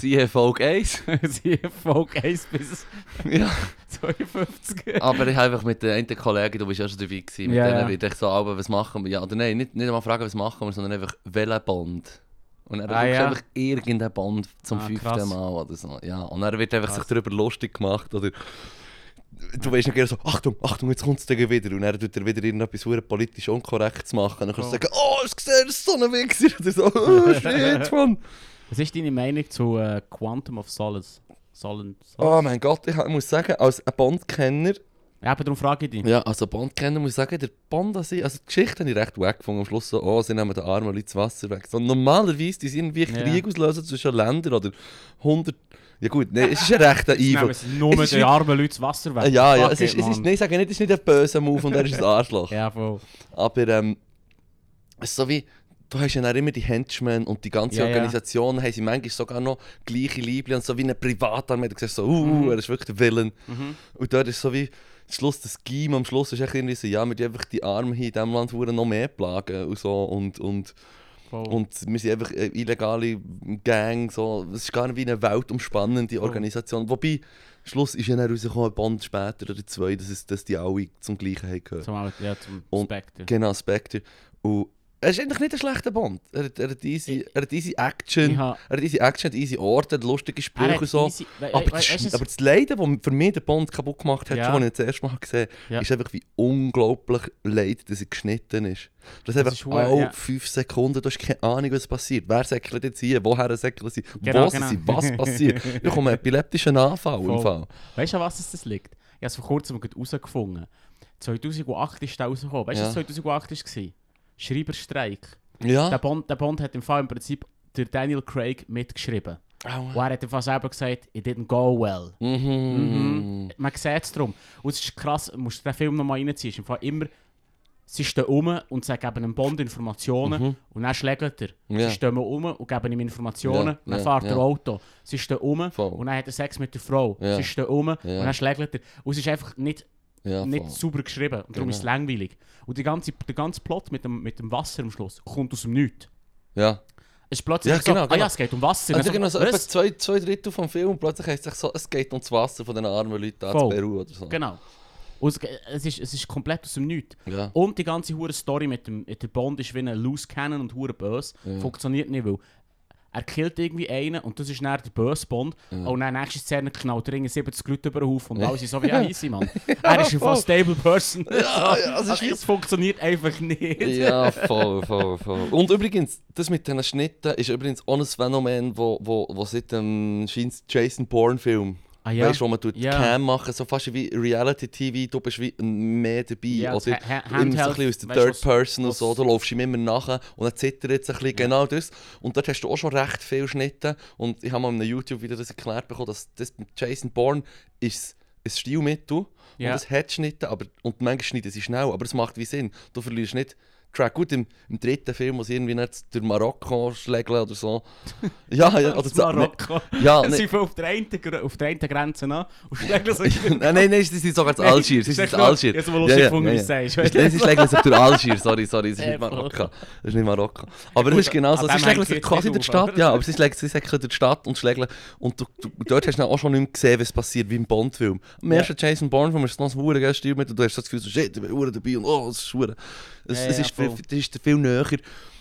[SPEAKER 2] Siehe Folge 1.
[SPEAKER 1] Sie Folge 1 bis
[SPEAKER 2] ja.
[SPEAKER 1] 52.
[SPEAKER 2] Aber ich habe einfach mit den einen Kollegen, du bist ja schon dabei gewesen, mit
[SPEAKER 1] Ja,
[SPEAKER 2] denen
[SPEAKER 1] ja.
[SPEAKER 2] wird ich so, aber was machen wir? Ja, oder nein, nicht, nicht einmal fragen, was machen wir, sondern einfach, welchen Bond? Und dann
[SPEAKER 1] Ah,
[SPEAKER 2] wirklich
[SPEAKER 1] ja.
[SPEAKER 2] einfach irgendeinen Bond zum
[SPEAKER 1] Ah,
[SPEAKER 2] fünften
[SPEAKER 1] krass.
[SPEAKER 2] Mal oder so. Ja, und dann wird einfach
[SPEAKER 1] Krass.
[SPEAKER 2] sich darüber lustig gemacht oder... Du weißt nicht gerne so, Achtung, Achtung, jetzt kommt es wieder. Und dann tut er wieder irgendetwas hure politisch unkorrektes machen. Dann kannst du
[SPEAKER 1] Oh.
[SPEAKER 2] sagen, oh, ich sehe, das ist so ein Wichser. Oder so, oh, shit, Mann.
[SPEAKER 1] Was ist deine Meinung zu äh, Quantum of Solace? Solen, Sol
[SPEAKER 2] Oh mein Gott, ich ha- muss sagen, als ein Bond-Kenner,
[SPEAKER 1] Ja, aber darum frage ich dich.
[SPEAKER 2] ja, als ein Bond-Kenner muss ich sagen, der Bond an sich, also die Geschichte habe ich recht wack gefunden, am Schluss so, oh, sie nehmen den armen Leuten das Wasser weg. So, normalerweise, die sind wie
[SPEAKER 1] Ja.
[SPEAKER 2] Krieg auslösen zwischen Ländern oder 100, ja gut, nein, es ist ein rechter Evil.
[SPEAKER 1] es nur
[SPEAKER 2] Es ist
[SPEAKER 1] die
[SPEAKER 2] wie-
[SPEAKER 1] armen Leute das Wasser weg.
[SPEAKER 2] Ja, ja,
[SPEAKER 1] Fuck
[SPEAKER 2] es ist,
[SPEAKER 1] it,
[SPEAKER 2] es ist,
[SPEAKER 1] Mann.
[SPEAKER 2] nein, ich sage nicht, es ist nicht ein böser Move und er ist ein Arschloch.
[SPEAKER 1] Ja, voll.
[SPEAKER 2] Aber ähm, es ist so wie, du hast ja dann immer die Henchmen und die ganze
[SPEAKER 1] Ja, ja.
[SPEAKER 2] Organisation, haben sie manchmal sogar noch gleiche Liebling und so wie eine Privatarmee, du siehst so, uh,
[SPEAKER 1] Mhm.
[SPEAKER 2] er ist wirklich der Villain. Und dort ist so wie, am Schluss, das Scheme am Schluss ist echt irgendwie so, ja, wir die einfach die Armen hier in diesem Land verdammt noch mehr plagen und so und, und,
[SPEAKER 1] voll.
[SPEAKER 2] und wir sind einfach eine illegale Gang, so, es ist gar nicht wie eine
[SPEAKER 1] Oh.
[SPEAKER 2] weltumspannende Organisation. Wobei, am Schluss ist ja dann rausgekommen, ein Band später oder zwei, dass, es, dass die alle zum Gleichen haben gehört.
[SPEAKER 1] Zum, ja, zum
[SPEAKER 2] Und-
[SPEAKER 1] Spectre.
[SPEAKER 2] Genau, Spectre. Und Er ist eigentlich nicht ein schlechter Bond. Er hat, er hat, easy, er hat easy Action,
[SPEAKER 1] Ich hab-
[SPEAKER 2] er hat easy Action, hat easy Orte, hat lustige
[SPEAKER 1] Er
[SPEAKER 2] Sprüche
[SPEAKER 1] hat
[SPEAKER 2] und so.
[SPEAKER 1] Ah, easy- eh, we- we-
[SPEAKER 2] aber,
[SPEAKER 1] we- weisst
[SPEAKER 2] das,
[SPEAKER 1] du, es-
[SPEAKER 2] aber das Leiden, das für mich der Bond kaputt gemacht hat,
[SPEAKER 1] Ja.
[SPEAKER 2] schon, als ich das erste Mal gesehen habe,
[SPEAKER 1] Ja.
[SPEAKER 2] ist einfach wie dus unglaublich leid, dass er geschnitten ist. Das, ist
[SPEAKER 1] ist
[SPEAKER 2] einfach
[SPEAKER 1] huere,
[SPEAKER 2] alle
[SPEAKER 1] ja.
[SPEAKER 2] fünf Sekunden, du hast keine dus Ahnung, was passiert. Wer säckelt jetzt hier, woher säckelt sie,
[SPEAKER 1] Genau,
[SPEAKER 2] wo sind
[SPEAKER 1] genau.
[SPEAKER 2] sie, was passiert. Ich bekomme einen epileptischen Anfall im
[SPEAKER 1] Voll.
[SPEAKER 2] Fall.
[SPEAKER 1] Weißt du, an was es das liegt? Ich habe es vor kurzem gerade herausgefunden. 2008 ist der rausgekommen. Weißt du,
[SPEAKER 2] Ja.
[SPEAKER 1] was
[SPEAKER 2] Ah.
[SPEAKER 1] 2008 war? Schreiberstreik. Der,
[SPEAKER 2] Ja,
[SPEAKER 1] Bond, der Bond hat im Fall im Prinzip durch Daniel Craig mitgeschrieben. Und
[SPEAKER 2] Aua.
[SPEAKER 1] er hat im Fall selber gesagt, it didn't go well.
[SPEAKER 2] Mhm.
[SPEAKER 1] Man sieht es drum. Und es ist krass, du musst den Film nochmal reinziehen. Es ist im Fall immer, sie stehen um und sie geben einem Bond Informationen und dann schlägt er.
[SPEAKER 2] Mhm. Ja.
[SPEAKER 1] Sie stehen um und geben ihm Informationen
[SPEAKER 2] Ja,
[SPEAKER 1] und dann
[SPEAKER 2] ja,
[SPEAKER 1] fährt er
[SPEAKER 2] ja.
[SPEAKER 1] Auto. Sie stehen um
[SPEAKER 2] Voll.
[SPEAKER 1] und dann hat er Sex mit der Frau.
[SPEAKER 2] Ja.
[SPEAKER 1] Sie stehen um und
[SPEAKER 2] Ja. Ah,
[SPEAKER 1] dann schlägt er. Und es ist einfach nicht,
[SPEAKER 2] Ja,
[SPEAKER 1] nicht
[SPEAKER 2] voll.
[SPEAKER 1] sauber geschrieben und darum ist es langweilig. Und die ganze, der ganze Plot mit dem, mit dem Wasser am Schluss kommt aus dem Nichts.
[SPEAKER 2] ja.
[SPEAKER 1] Es ist plötzlich
[SPEAKER 2] Ja,
[SPEAKER 1] so,
[SPEAKER 2] genau,
[SPEAKER 1] ah
[SPEAKER 2] genau.
[SPEAKER 1] ja, es geht um Wasser.
[SPEAKER 2] Also
[SPEAKER 1] Dann
[SPEAKER 2] genau so
[SPEAKER 1] was?
[SPEAKER 2] etwa zwei, zwei Drittel vom Film und plötzlich heisst es sich so, es geht ums Wasser von den armen Leuten da in
[SPEAKER 1] Voll.
[SPEAKER 2] Peru oder so.
[SPEAKER 1] Genau. Und es, ge- es, ist, es ist komplett aus dem Nichts.
[SPEAKER 2] Ja.
[SPEAKER 1] Und die ganze hure Story mit dem mit der Bond ist wie ein Loose Cannon und hure böse. Funktioniert nicht, weil er killt irgendwie einen und das ist dann der böse Bond. Und dann nächste Szene knallt er irgendwie 70 Leute über den Haufen und alle sind so wie «Ja, easy, Mann. Er ist ein voll stable person.
[SPEAKER 2] Ja, ja, es
[SPEAKER 1] Also
[SPEAKER 2] ist
[SPEAKER 1] es funktioniert einfach nicht.
[SPEAKER 2] Ja, voll, voll, voll. Und übrigens, das mit diesen Schnitten ist übrigens auch ein Phänomen, wo, wo, wo seit dem schein's Jason Bourne-Film.
[SPEAKER 1] Ah ja.
[SPEAKER 2] Weißt du, wo man tut
[SPEAKER 1] Ja.
[SPEAKER 2] Cam machen, so fast wie Reality-TV, du bist wie mehr dabei.
[SPEAKER 1] Ja, das
[SPEAKER 2] oder
[SPEAKER 1] Ha- Ha-
[SPEAKER 2] immer so ein
[SPEAKER 1] Handheld,
[SPEAKER 2] bisschen aus der
[SPEAKER 1] weißt du,
[SPEAKER 2] Third
[SPEAKER 1] was-
[SPEAKER 2] Person und so,
[SPEAKER 1] was-
[SPEAKER 2] du läufst ihm immer nachher und dann zittert es ein bisschen, genau das. Und dort hast du auch schon recht viele Schnitte. Und ich habe mal in einem YouTube-Video das erklärt bekommen, dass das mit Jason Bourne ist ein Stilmittel
[SPEAKER 1] Ja.
[SPEAKER 2] und es hat Schnitte, aber, und manchmal schneiden sie schnell, aber es macht wie Sinn. Du verlierst nicht Track. Gut, im, im dritten Film muss irgendwie nicht durch Marokko schlägeln oder so. Ja, ja,
[SPEAKER 1] Das
[SPEAKER 2] so- ne,
[SPEAKER 1] Marokko.
[SPEAKER 2] Ja, ne-
[SPEAKER 1] Sie
[SPEAKER 2] nee.
[SPEAKER 1] sind auf der einen, Gr- auf der einen Grenze an und schlägt sich
[SPEAKER 2] nein, nein, nein, sie sind sogar zu Algier. Sie
[SPEAKER 1] ist
[SPEAKER 2] sind
[SPEAKER 1] echt
[SPEAKER 2] zu
[SPEAKER 1] nur-
[SPEAKER 2] Algier.
[SPEAKER 1] jetzt, wo lustig gefunden, wie du sagst, weißt du?
[SPEAKER 2] Nein, sie schlägeln sich durch Algier. Sorry, sorry, es ist
[SPEAKER 1] Äh,
[SPEAKER 2] nicht
[SPEAKER 1] voll.
[SPEAKER 2] Marokko. Es ist nicht Marokko. Aber es ist genau
[SPEAKER 1] an
[SPEAKER 2] so. Sie
[SPEAKER 1] dem
[SPEAKER 2] schlägeln
[SPEAKER 1] hängt
[SPEAKER 2] sich
[SPEAKER 1] jetzt
[SPEAKER 2] quasi
[SPEAKER 1] nicht
[SPEAKER 2] durch die
[SPEAKER 1] auf,
[SPEAKER 2] Stadt.
[SPEAKER 1] oder?
[SPEAKER 2] Ja, aber sie schlägeln sie schlägeln durch die Stadt und schlägeln. Und du, du, dort hast du dann auch schon nicht mehr gesehen, was passiert, wie im Bond-Film. Im
[SPEAKER 1] Ja.
[SPEAKER 2] ersten Jason Bourne-Film ist es noch ein Huren geiles Stil mit und du hast so das Gefühl, so, shit, ich bin Huren dabei und oh, es ist Huren. Es,
[SPEAKER 1] Ja,
[SPEAKER 2] es
[SPEAKER 1] ja,
[SPEAKER 2] ist, viel,
[SPEAKER 1] voll.
[SPEAKER 2] das ist viel näher.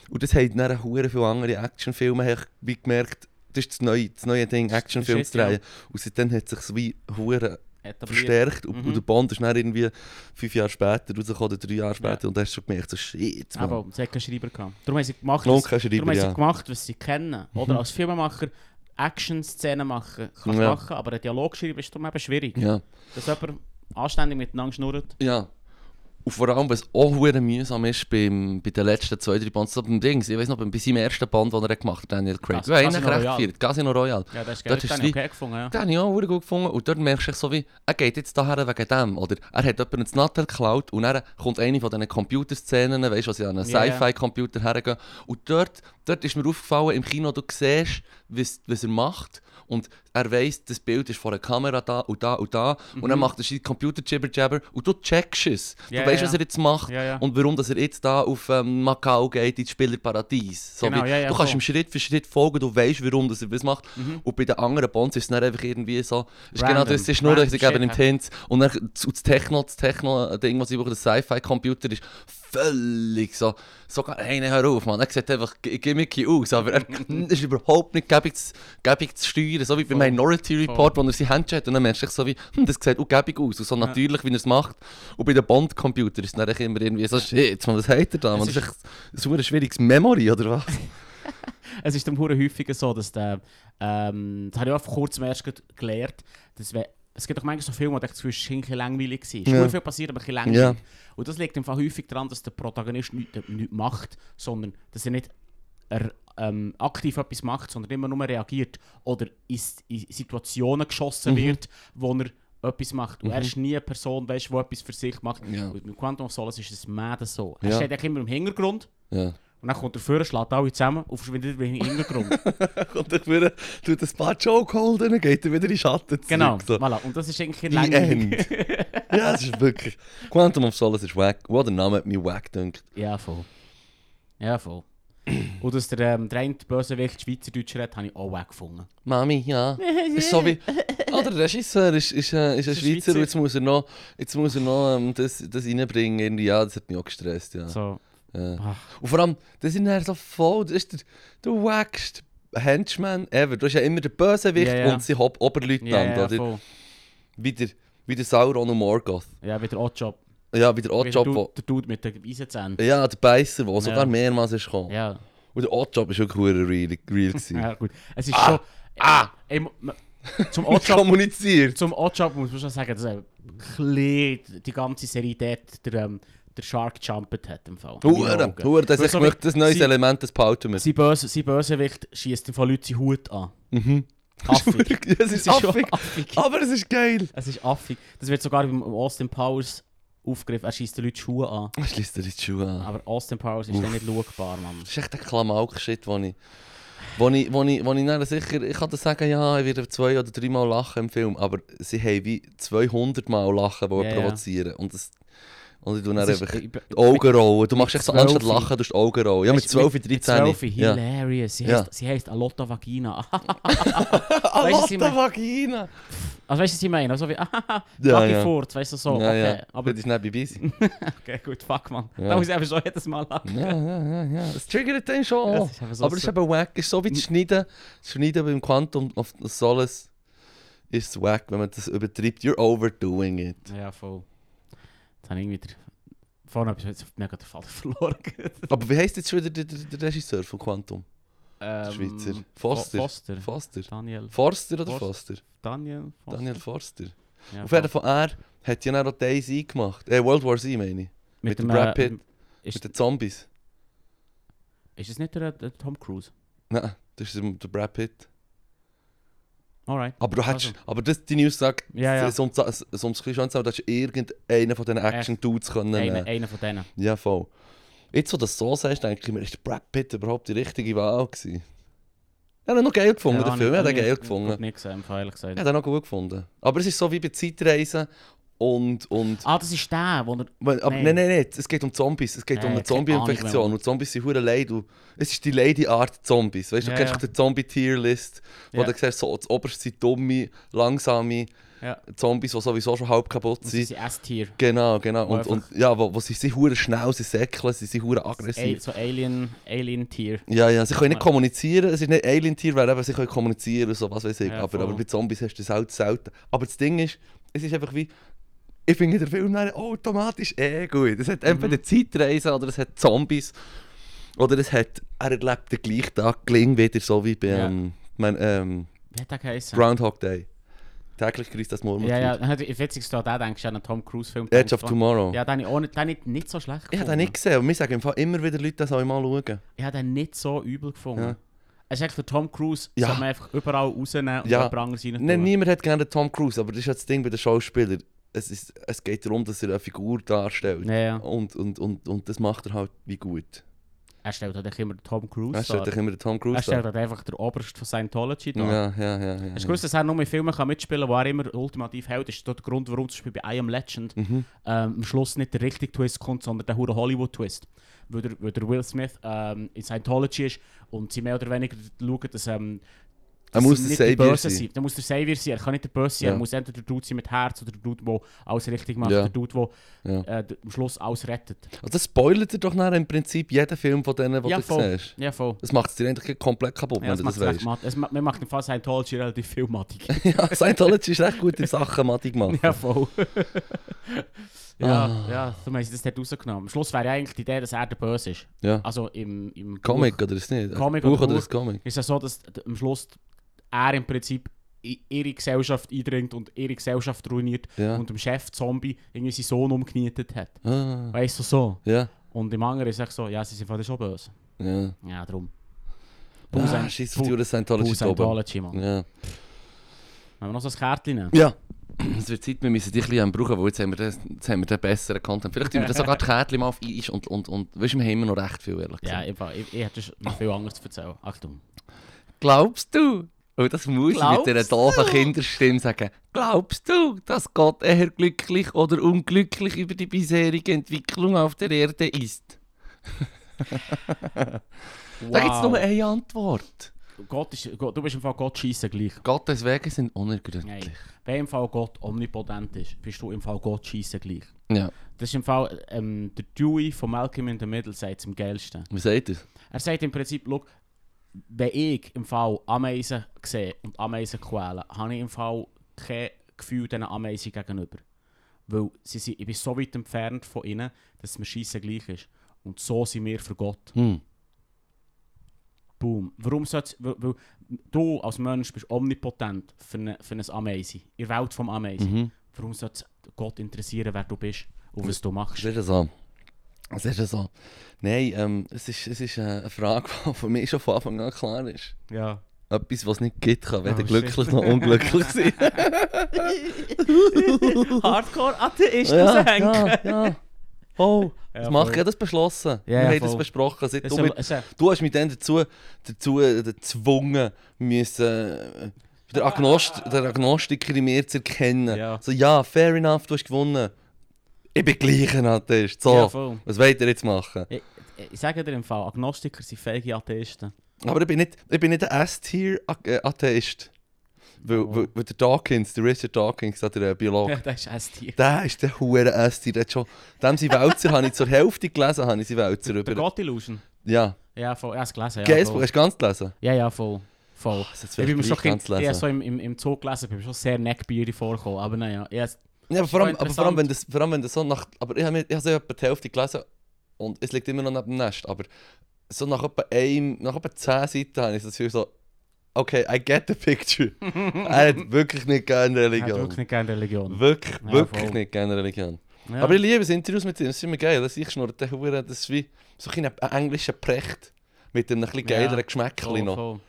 [SPEAKER 2] Und das haben dann Huren viele andere Actionfilme habe ich wie gemerkt. Das ist das neue, das neue Ding, Actionfilme
[SPEAKER 1] Shit,
[SPEAKER 2] zu drehen. Und seitdem hat es sich wie Huren
[SPEAKER 1] Etabliert.
[SPEAKER 2] verstärkt und, und der Bond ist dann irgendwie fünf Jahre später rausgekommen oder drei Jahre später und da hast du schon gemerkt, so shit, Mann.
[SPEAKER 1] Aber sie hat keinen Schreiber gehabt. Darum haben sie gemacht,
[SPEAKER 2] Noch
[SPEAKER 1] was,
[SPEAKER 2] keinen Schreiber,
[SPEAKER 1] darum haben sie
[SPEAKER 2] ja. Mhm.
[SPEAKER 1] gemacht, was sie kennen. eh, Oder als Filmemacher Action-Szenen machen kann
[SPEAKER 2] Ja.
[SPEAKER 1] machen, aber ein Dialog schreiben ist darum eben schwierig.
[SPEAKER 2] Ja,
[SPEAKER 1] Dass jemand anständig miteinander schnurrt.
[SPEAKER 2] ja. Und vor allem, was auch hure mühsam ist beim, bei den letzten zwei, drei Bands, so beim Dings, ich weiß noch, beim- bei seinem ersten Band, den er gemacht hat, Daniel Craig,
[SPEAKER 1] Casino
[SPEAKER 2] ja, eigentlich
[SPEAKER 1] Royale.
[SPEAKER 2] recht gefeiert, Casino Royale.
[SPEAKER 1] Ja, das ist geil.
[SPEAKER 2] Dort
[SPEAKER 1] Das
[SPEAKER 2] ist
[SPEAKER 1] habe
[SPEAKER 2] wie-
[SPEAKER 1] ich okay gefunden. Ja.
[SPEAKER 2] Den habe ich auch hure gut gefunden und dort merkst du so wie, er geht jetzt daher wegen dem, oder er hat jemanden das Nattel geklaut und dann kommt eine von diesen Computerszenen, weißt du, was ich an einen
[SPEAKER 1] Ja, ja.
[SPEAKER 2] Sci-Fi-Computer hergehe und dort, dort ist mir aufgefallen, im Kino, du siehst, was, was er macht und er weiss, das Bild ist vor der Kamera da und da und da und dann macht er seinen Computer-Jibber-Jabber und du checkst es, du
[SPEAKER 1] Mhm. Ja,
[SPEAKER 2] weißt,
[SPEAKER 1] ja.
[SPEAKER 2] was er jetzt macht
[SPEAKER 1] Ja, ja.
[SPEAKER 2] und warum dass er jetzt da auf ähm, Macau geht, ins Spielerparadies. So
[SPEAKER 1] Genau,
[SPEAKER 2] wie,
[SPEAKER 1] ja, ja,
[SPEAKER 2] du kannst
[SPEAKER 1] voll. Mhm.
[SPEAKER 2] ihm Schritt für Schritt folgen, du weißt, warum dass er was macht. Und bei den anderen Bonds ist es dann einfach irgendwie so, ist genau
[SPEAKER 1] Random.
[SPEAKER 2] das, ist nur,
[SPEAKER 1] Random
[SPEAKER 2] sie geben ihm
[SPEAKER 1] shit
[SPEAKER 2] Hints. Und dann zu- das Techno, das Techno-Ding, was ich brauche, der Sci-Fi-Computer ist völlig so, sogar, hey, nein, hör auf, Mann, er sieht einfach g- gimmicky aus, aber er ist überhaupt nicht gäbig zu, gäbig zu steuern, so wie bei Minority Report, wo er seine Hände hat und dann merkst du so wie, hm, das sieht auch gäbig aus, und so natürlich, wie er es macht. Und bei den Bond-Computern ist es dann echt immer irgendwie so, shit, Mann, was hat er da, Mann, das ist
[SPEAKER 1] ist-
[SPEAKER 2] echt ein super schwieriges Memory, oder was?
[SPEAKER 1] Es ist dann hure häufiger so, dass der, ähm, das habe ich auch vor kurzem erst gerade gelernt, dass wenn, es gibt auch manchmal so Filme, wo ich das Gefühl, es ist ein bisschen langweilig gewesen. Es ist
[SPEAKER 2] Ja.
[SPEAKER 1] hure viel passiert, aber ein bisschen langweilig.
[SPEAKER 2] Ja.
[SPEAKER 1] Und das liegt im Fall häufig daran, dass der Protagonist nichts nicht macht, sondern dass er nicht er, ähm, aktiv etwas macht, sondern immer nur reagiert oder in, S- in Situationen geschossen
[SPEAKER 2] Mhm.
[SPEAKER 1] wird, wo er etwas macht. Und er ist nie eine Person, weißt, die etwas für sich macht.
[SPEAKER 2] Ja.
[SPEAKER 1] Und mit Quantum of Solace ist es mehr so. Er
[SPEAKER 2] Ja.
[SPEAKER 1] steht eigentlich immer im Hintergrund.
[SPEAKER 2] Ja.
[SPEAKER 1] Und dann kommt er vor, schlägt alle zusammen und verschwindet wieder im Hintergrund.
[SPEAKER 2] Und ich würde, tut ein paar Joke holen, dann geht er wieder in den Schatten zurück.
[SPEAKER 1] genau,
[SPEAKER 2] So.
[SPEAKER 1] voilà. Und das ist eigentlich
[SPEAKER 2] The
[SPEAKER 1] langweilig.
[SPEAKER 2] End. ja, das ist wirklich... Quantum of Solace ist wack. Wow, der Name hat mich wack gedacht.
[SPEAKER 1] Ja, voll. Ja, voll. Und dass der, ähm, der eine Bösewicht Schweizerdeutsch redet, habe ich auch weggefunden.
[SPEAKER 2] Mami, ja. ist so wie... Ah, der Regisseur ist, ist, äh, ist ein
[SPEAKER 1] Ist ein
[SPEAKER 2] Schweizer nou- ehm, und jetzt muss er noch, jetzt muss er noch ähm, das, das reinbringen. irgendwie. Ja, das hat mich auch gestresst, ja.
[SPEAKER 1] So,
[SPEAKER 2] Ja.
[SPEAKER 1] Ach.
[SPEAKER 2] Und vor allem, das sind dann so voll, das ist der, der wackste Henchman ever. Du hast ja immer den Bösewicht
[SPEAKER 1] Ja, ja.
[SPEAKER 2] und sie Hop Oberleutnant,
[SPEAKER 1] Ja, ja,
[SPEAKER 2] oder?
[SPEAKER 1] voll.
[SPEAKER 2] Wie der, wie der Sauron und Morgoth.
[SPEAKER 1] Ja, wieder Oddjob.
[SPEAKER 2] Ja, wie der
[SPEAKER 1] Wieder
[SPEAKER 2] Oddjob,
[SPEAKER 1] du-
[SPEAKER 2] wo,
[SPEAKER 1] Der Dude mit den Eisenzähnen.
[SPEAKER 2] ja, der Beißer, der sogar
[SPEAKER 1] Ja.
[SPEAKER 2] mehrmals ist gekommen.
[SPEAKER 1] Ja,
[SPEAKER 2] Und der Oddjob ist auch real, real gewesen.
[SPEAKER 1] ja, gut. Es ist
[SPEAKER 2] Ah.
[SPEAKER 1] schon... Äh,
[SPEAKER 2] Ah.
[SPEAKER 1] Ey, mo- ma- Zum
[SPEAKER 2] Und
[SPEAKER 1] Oddjob...
[SPEAKER 2] kommuniziert.
[SPEAKER 1] Zum Oddjob muss man schon sagen, dass er ein bisschen die ganze Serie dort der, ähm, der Shark jumpet hat im Fall.
[SPEAKER 2] Hure, hure, das,
[SPEAKER 1] Weil
[SPEAKER 2] ich
[SPEAKER 1] so
[SPEAKER 2] möchte
[SPEAKER 1] wie-
[SPEAKER 2] das neues
[SPEAKER 1] sie-
[SPEAKER 2] Element, das behalten wir.
[SPEAKER 1] Sein, Böse, sein Bösewicht schießt von Leuten seinen Hut an.
[SPEAKER 2] Mhm.
[SPEAKER 1] Affig.
[SPEAKER 2] Es
[SPEAKER 1] Es
[SPEAKER 2] ist
[SPEAKER 1] ist schon
[SPEAKER 2] affig,
[SPEAKER 1] affig.
[SPEAKER 2] aber es ist geil.
[SPEAKER 1] Es ist affig. Das wird sogar beim Austin Powers aufgegriffen. Er schießt den Leuten die Schuhe an.
[SPEAKER 2] Schließt Ah, dir die Schuhe an.
[SPEAKER 1] Aber Austin Powers ist dann nicht schaubar, Mann.
[SPEAKER 2] Das ist echt ein Klamauk-Shit, wo ich... Wo ich, wo ich, wo ich dann sicher... Ich kann dir sagen, ja, ich werde zwei oder dreimal lachen im Film, aber sie haben wie 200 Mal lachen, die
[SPEAKER 1] Ja, ja.
[SPEAKER 2] provozieren. Und, das, und ich tue dann
[SPEAKER 1] Das ist-
[SPEAKER 2] einfach...
[SPEAKER 1] ich-
[SPEAKER 2] Die Augen rollen. Du machst echt so,
[SPEAKER 1] zwölf.
[SPEAKER 2] anstatt lachen, du hast die Augen rollen. Ja, mit 12, 13.
[SPEAKER 1] 12,
[SPEAKER 2] ja.
[SPEAKER 1] hilarious. Sie
[SPEAKER 2] Ja.
[SPEAKER 1] heisst, sie heisst Alotta Vagina.
[SPEAKER 2] Ah,
[SPEAKER 1] Weisst du, was ich meine?
[SPEAKER 2] Vagina!
[SPEAKER 1] Also weißt du, was ich meine? Also wie, ahaha,
[SPEAKER 2] Ja,
[SPEAKER 1] Kacke
[SPEAKER 2] ja.
[SPEAKER 1] Furz, weißt du, so.
[SPEAKER 2] Ja,
[SPEAKER 1] okay,
[SPEAKER 2] ja. Aber
[SPEAKER 1] aber
[SPEAKER 2] das ist nicht bei Busy.
[SPEAKER 1] okay, gut, fuck, man.
[SPEAKER 2] Ja.
[SPEAKER 1] Da muss ich einfach schon jedes Mal lachen.
[SPEAKER 2] ja, ja, ja, ja. Das triggert den schon
[SPEAKER 1] Ja,
[SPEAKER 2] an.
[SPEAKER 1] das ist einfach so-
[SPEAKER 2] aber es ist eben wack. Es ist so wie das Schneiden. Das Schneiden beim Quantum of the Solace ist es wack, wenn man das übertreibt. You're overdoing it.
[SPEAKER 1] Ja, voll. Jetzt habe ich irgendwie... den- Vorne habe ich jetzt mega den Fall verloren.
[SPEAKER 2] Aber wie heisst jetzt schon wieder der, der, der Regisseur von Quantum?
[SPEAKER 1] ähm,
[SPEAKER 2] Schweizer.
[SPEAKER 1] Fo-
[SPEAKER 2] Foster.
[SPEAKER 1] Foster.
[SPEAKER 2] Foster.
[SPEAKER 1] Daniel.
[SPEAKER 2] Forster oder
[SPEAKER 1] Forst-
[SPEAKER 2] Foster?
[SPEAKER 1] Daniel. Foster.
[SPEAKER 2] Daniel Forster.
[SPEAKER 1] Ja,
[SPEAKER 2] Auf jeden Fall, er hat ja dann auch Daisy gemacht. Äh, World War Z meine ich. mit dem Brad Pitt.
[SPEAKER 1] Ist,
[SPEAKER 2] Mit den Zombies.
[SPEAKER 1] ist das nicht der, der Tom Cruise?
[SPEAKER 2] Nein, das ist der Brad Pitt.
[SPEAKER 1] Alright. Also,
[SPEAKER 2] Aber du hättest, aber das, deine Aussage,
[SPEAKER 1] Ja, ja.
[SPEAKER 2] es ums es- es ums Klischee anzunehmen, du hättest irgendeinen von diesen Action-Dudes können nehmen.
[SPEAKER 1] Einer, einer von denen.
[SPEAKER 2] Ja, voll. Jetzt, wo du das so sagst, denke ich mir, ist Brad Pitt überhaupt die richtige Wahl gewesen? Er hat ihn noch geil gefunden, den Film. Er hat ihn geil gefunden.
[SPEAKER 1] Ich nicht gesehen, ehrlich gesagt.
[SPEAKER 2] Er hat ihn noch gut gefunden. Aber es ist so wie bei Zeitreisen und... und
[SPEAKER 1] Ah, das ist der, wo er...
[SPEAKER 2] aber nein.
[SPEAKER 1] nein.
[SPEAKER 2] nein, nein, es geht um Zombies. Es geht um
[SPEAKER 1] Nein,
[SPEAKER 2] eine
[SPEAKER 1] keine Ahnung, wenn
[SPEAKER 2] Zombie-Infektion.
[SPEAKER 1] man-
[SPEAKER 2] Und Zombies sind hure leid. Und es ist die Lady-Art-Zombies. Weißt du,
[SPEAKER 1] Ja,
[SPEAKER 2] du kennst
[SPEAKER 1] ja.
[SPEAKER 2] doch die Zombie-Tier-List, wo
[SPEAKER 1] Ja.
[SPEAKER 2] du siehst, so, das oberste sind dumme, langsame
[SPEAKER 1] Ja.
[SPEAKER 2] Zombies, die sowieso schon halb kaputt
[SPEAKER 1] Das ist
[SPEAKER 2] sind.
[SPEAKER 1] S-Tier.
[SPEAKER 2] Genau, genau. Und,
[SPEAKER 1] Einfach-
[SPEAKER 2] und ja, wo, wo sie sind hure schnell, sie säckeln, sie sind hure aggressiv.
[SPEAKER 1] Al- So Alien, Alien-Tier.
[SPEAKER 2] Ja, ja, sie können nicht
[SPEAKER 1] Ja.
[SPEAKER 2] kommunizieren. Es ist nicht Alien-Tier, weil eben sie können kommunizieren und so, was weiß ich.
[SPEAKER 1] Ja,
[SPEAKER 2] aber,
[SPEAKER 1] voll.
[SPEAKER 2] aber bei Zombies hast du das halt selten. Aber das Ding ist, es ist einfach wie... Ich finde den Film dann automatisch eh gut. Es hat
[SPEAKER 1] Mhm.
[SPEAKER 2] entweder Zeitreisen oder es hat Zombies. Oder es hat... Er erlebt den gleichen Tag Kling wieder, so wie bei
[SPEAKER 1] Ja.
[SPEAKER 2] ähm, mein, ähm,
[SPEAKER 1] Wie hat der geheißen?
[SPEAKER 2] Groundhog Day. Täglich grüßt das Murmeltier.
[SPEAKER 1] Ja, ja. hat- Witzig, du da denkst du an einen Tom Cruise-Film.
[SPEAKER 2] Edge of Tomorrow.
[SPEAKER 1] Ja, den habe ich auch nicht, den habe ich nicht so schlecht
[SPEAKER 2] Ich habe den nicht gesehen, aber wir sagen im Fall immer wieder Leute, das soll ich mal schauen.
[SPEAKER 1] Ich habe den nicht so übel gefunden.
[SPEAKER 2] Ja.
[SPEAKER 1] Es ist echt für Tom Cruise,
[SPEAKER 2] Ja.
[SPEAKER 1] ja. soll man einfach überall rausnehmen und
[SPEAKER 2] Ja.
[SPEAKER 1] jemand anderes rein
[SPEAKER 2] Nein,
[SPEAKER 1] tun.
[SPEAKER 2] niemand hat gerne den Tom Cruise, aber das ist ja das Ding bei den Schauspielern. Es, ist, es geht darum, dass er eine Figur darstellt.
[SPEAKER 1] Ja, ja.
[SPEAKER 2] Und, und, und, und das macht er halt wie gut.
[SPEAKER 1] Er stellt halt echt immer den Tom Cruise
[SPEAKER 2] Er stellt
[SPEAKER 1] dar.
[SPEAKER 2] doch immer den Tom Cruise
[SPEAKER 1] Er stellt
[SPEAKER 2] dar.
[SPEAKER 1] halt einfach der Oberst von Scientology dar.
[SPEAKER 2] Ja, ja, ja. ja,
[SPEAKER 1] Hast du
[SPEAKER 2] ja.
[SPEAKER 1] gewusst, dass er nur in Filmen kann mitspielen kann, wo er immer ultimativ hält? Das ist der Grund, warum zum Beispiel bei I Am Legend
[SPEAKER 2] Mhm.
[SPEAKER 1] ähm, am Schluss nicht der richtige Twist kommt, sondern der hure Hollywood-Twist. Weil, der- weil der Will Smith ähm, in Scientology ist und sie mehr oder weniger schauen, dass, ähm,
[SPEAKER 2] Er
[SPEAKER 1] dass
[SPEAKER 2] muss
[SPEAKER 1] sie
[SPEAKER 2] der
[SPEAKER 1] nicht die
[SPEAKER 2] Savior
[SPEAKER 1] Bösen
[SPEAKER 2] sein.
[SPEAKER 1] sind. Er muss der Savior sein, er kann nicht der Böse sein.
[SPEAKER 2] Ja.
[SPEAKER 1] Er muss entweder der Dude sein mit Herz oder der Dude, der alles richtig macht,
[SPEAKER 2] Ja.
[SPEAKER 1] der Dude, der
[SPEAKER 2] Ja.
[SPEAKER 1] äh, d- am Schluss alles rettet.
[SPEAKER 2] Also das spoilert er doch nachher im Prinzip jeden Film von denen, die
[SPEAKER 1] ja,
[SPEAKER 2] du
[SPEAKER 1] voll.
[SPEAKER 2] siehst.
[SPEAKER 1] ja, voll.
[SPEAKER 2] Das macht es dir eigentlich komplett kaputt,
[SPEAKER 1] Ja,
[SPEAKER 2] wenn
[SPEAKER 1] das
[SPEAKER 2] du
[SPEAKER 1] macht
[SPEAKER 2] das
[SPEAKER 1] es recht
[SPEAKER 2] weißt.
[SPEAKER 1] matt. Es ma- Man macht im Fall Scientology relativ viel mattig.
[SPEAKER 2] ja, Scientology ist recht gut in Sachen Mathe gemacht.
[SPEAKER 1] Ja, voll. ja,
[SPEAKER 2] Ah.
[SPEAKER 1] ja, darum haben sie das nicht rausgenommen. Am Schluss wäre ja eigentlich die Idee, dass er der Böse ist.
[SPEAKER 2] Ja.
[SPEAKER 1] Also im, im
[SPEAKER 2] Comic oder ist nicht?
[SPEAKER 1] Comic
[SPEAKER 2] Buch
[SPEAKER 1] oder
[SPEAKER 2] oder
[SPEAKER 1] Buch.
[SPEAKER 2] ist Comic?
[SPEAKER 1] Buch ist ja so, dass d- am Schluss er im Prinzip in ihre Gesellschaft eindringt und ihre Gesellschaft ruiniert
[SPEAKER 2] Ja.
[SPEAKER 1] und dem Chef Zombie irgendwie seinen Sohn umgenietet hat.
[SPEAKER 2] Ah,
[SPEAKER 1] Weißt du so?
[SPEAKER 2] ja.
[SPEAKER 1] Und im anderen ist es echt so, ja, sie sind von schon böse.
[SPEAKER 2] Ja.
[SPEAKER 1] Ja, darum. Bull
[SPEAKER 2] Ah,
[SPEAKER 1] Scient-
[SPEAKER 2] Scheiss,
[SPEAKER 1] Bull-
[SPEAKER 2] die
[SPEAKER 1] Bull
[SPEAKER 2] Scientology da oben.
[SPEAKER 1] Scientology, Mann.
[SPEAKER 2] Ja.
[SPEAKER 1] Wenn wir noch so ein Kärtchen nehmen.
[SPEAKER 2] Ja. Es wird Zeit, wir müssen dich ein bisschen brauchen, weil jetzt haben wir, das, jetzt haben wir den besseren Content. Vielleicht tun wir das sogar die Kärtchen mal auf Eis und, und, und weißt, du, wir haben immer noch recht viel, ehrlich
[SPEAKER 1] Ja,
[SPEAKER 2] gesagt.
[SPEAKER 1] ich, ich, ich hätte schon noch viel anderes zu erzählen. Achtung.
[SPEAKER 2] Glaubst du? Und Oh, das muss
[SPEAKER 1] Glaubst
[SPEAKER 2] ich mit dieser doofen Kinderstimme sagen. Glaubst du, dass Gott eher glücklich oder unglücklich über die bisherige Entwicklung auf der Erde ist? Da gibt es nur eine Antwort.
[SPEAKER 1] Gott ist, Gott, du bist im Fall Gott schießen gleich.
[SPEAKER 2] Gottes Wege sind unergründlich.
[SPEAKER 1] Nein. Wenn im Fall Gott omnipotent ist, bist du im Fall Gott schießen gleich.
[SPEAKER 2] Ja.
[SPEAKER 1] Das ist im Fall, ähm, der Dewey von Malcolm in the Middle sagt es am geilsten.
[SPEAKER 2] Wie sagt ihr?
[SPEAKER 1] Er sagt im Prinzip, «Schau, wenn ich im Fall Ameisen sehe und Ameisen quälen, habe ich im Fall kein Gefühl diesen Ameisen gegenüber. Weil sie sind, ich bin so weit entfernt von ihnen, dass mir scheiße gleich ist. Und so sind wir für Gott.
[SPEAKER 2] Hm.
[SPEAKER 1] Boom. Warum soll's, weil, weil du als Mensch bist omnipotent für, eine, für ein Ameisen, in der Welt vom Ameisen.
[SPEAKER 2] Mhm.
[SPEAKER 1] Warum sollte es Gott interessieren, wer du bist und was du machst?
[SPEAKER 2] Siehst du so? Siehst du so? Nein, ähm, es ist, es ist äh, eine Frage, die für mich schon von Anfang an klar ist.
[SPEAKER 1] Ja.
[SPEAKER 2] Etwas, was es nicht gibt, kann weder
[SPEAKER 1] Oh,
[SPEAKER 2] glücklich noch unglücklich sein.
[SPEAKER 1] Hardcore-Atheist
[SPEAKER 2] ja, ja. Oh,
[SPEAKER 1] Ja,
[SPEAKER 2] das
[SPEAKER 1] voll.
[SPEAKER 2] macht, ich habe das beschlossen.
[SPEAKER 1] Ja,
[SPEAKER 2] Wir
[SPEAKER 1] ja,
[SPEAKER 2] haben das
[SPEAKER 1] voll.
[SPEAKER 2] besprochen. Seit
[SPEAKER 1] Es
[SPEAKER 2] du,
[SPEAKER 1] ist ein-
[SPEAKER 2] mit,
[SPEAKER 1] es ist ein-
[SPEAKER 2] du hast mich dann dazu, dazu äh, gezwungen, müssen, äh, den, Agnost, den Agnostiker in mir zu erkennen.
[SPEAKER 1] Ja.
[SPEAKER 2] So, ja, fair enough, du hast gewonnen. Ich bin gleich ein Atheist. So,
[SPEAKER 1] Ja, voll.
[SPEAKER 2] was wollt ihr jetzt machen?
[SPEAKER 1] Ich, ich- ich sage dir im Fall, Agnostiker sind fähige Atheisten.
[SPEAKER 2] Aber ich bin nicht, ich bin nicht ein S-Tier-Atheist. Weil, weil, weil der Dawkins, der Richard Dawkins, der äh, Biologe,
[SPEAKER 1] Ja, das ist ein Tier.
[SPEAKER 2] Der ist der hure Ästi, der hat schon... Dem sein Wälzer habe ich zur Hälfte gelesen, habe ich seinen Wälzer
[SPEAKER 1] Der
[SPEAKER 2] über...
[SPEAKER 1] God Illusion.
[SPEAKER 2] Ja.
[SPEAKER 1] Ja, voll. Ich habe es gelesen. Ja,
[SPEAKER 2] Geisbuch,
[SPEAKER 1] voll.
[SPEAKER 2] hast du ganz gelesen?
[SPEAKER 1] ja, ja, voll. voll.
[SPEAKER 2] das ist
[SPEAKER 1] ich bin mir
[SPEAKER 2] vielleicht
[SPEAKER 1] schon
[SPEAKER 2] gleich
[SPEAKER 1] kein,
[SPEAKER 2] ganz
[SPEAKER 1] ich habe
[SPEAKER 2] lesen.
[SPEAKER 1] so im, im, im Zug gelesen, bin mir schon sehr neckbeardig vorgekommen. Aber naja, ich hab's-
[SPEAKER 2] Ja, aber vor allem,
[SPEAKER 1] Voll
[SPEAKER 2] aber vor
[SPEAKER 1] interessant.
[SPEAKER 2] allem, wenn das, vor allem wenn das so nach... Aber ich habe, mir- ich habe so etwa die Hälfte gelesen und es liegt immer noch neben dem Nest, aber so nach etwa einem, nach etwa zehn Seiten habe ich das Gefühl so... Okay, I get the picture. er hat wirklich nicht gerne
[SPEAKER 1] ich habe
[SPEAKER 2] Religion.
[SPEAKER 1] wirklich nicht gerne Religion.
[SPEAKER 2] Wirklich,
[SPEAKER 1] Ja,
[SPEAKER 2] wirklich
[SPEAKER 1] voll.
[SPEAKER 2] nicht gerne Religion.
[SPEAKER 1] Ja.
[SPEAKER 2] Aber ich liebe es, Interviews mit ihm, das ist immer geil. Das ich schnurrt den Huren, das ist wie so ein englischer Precht. Mit einem etwas
[SPEAKER 1] Ja,
[SPEAKER 2] geileren Geschmäckchen noch.
[SPEAKER 1] voll.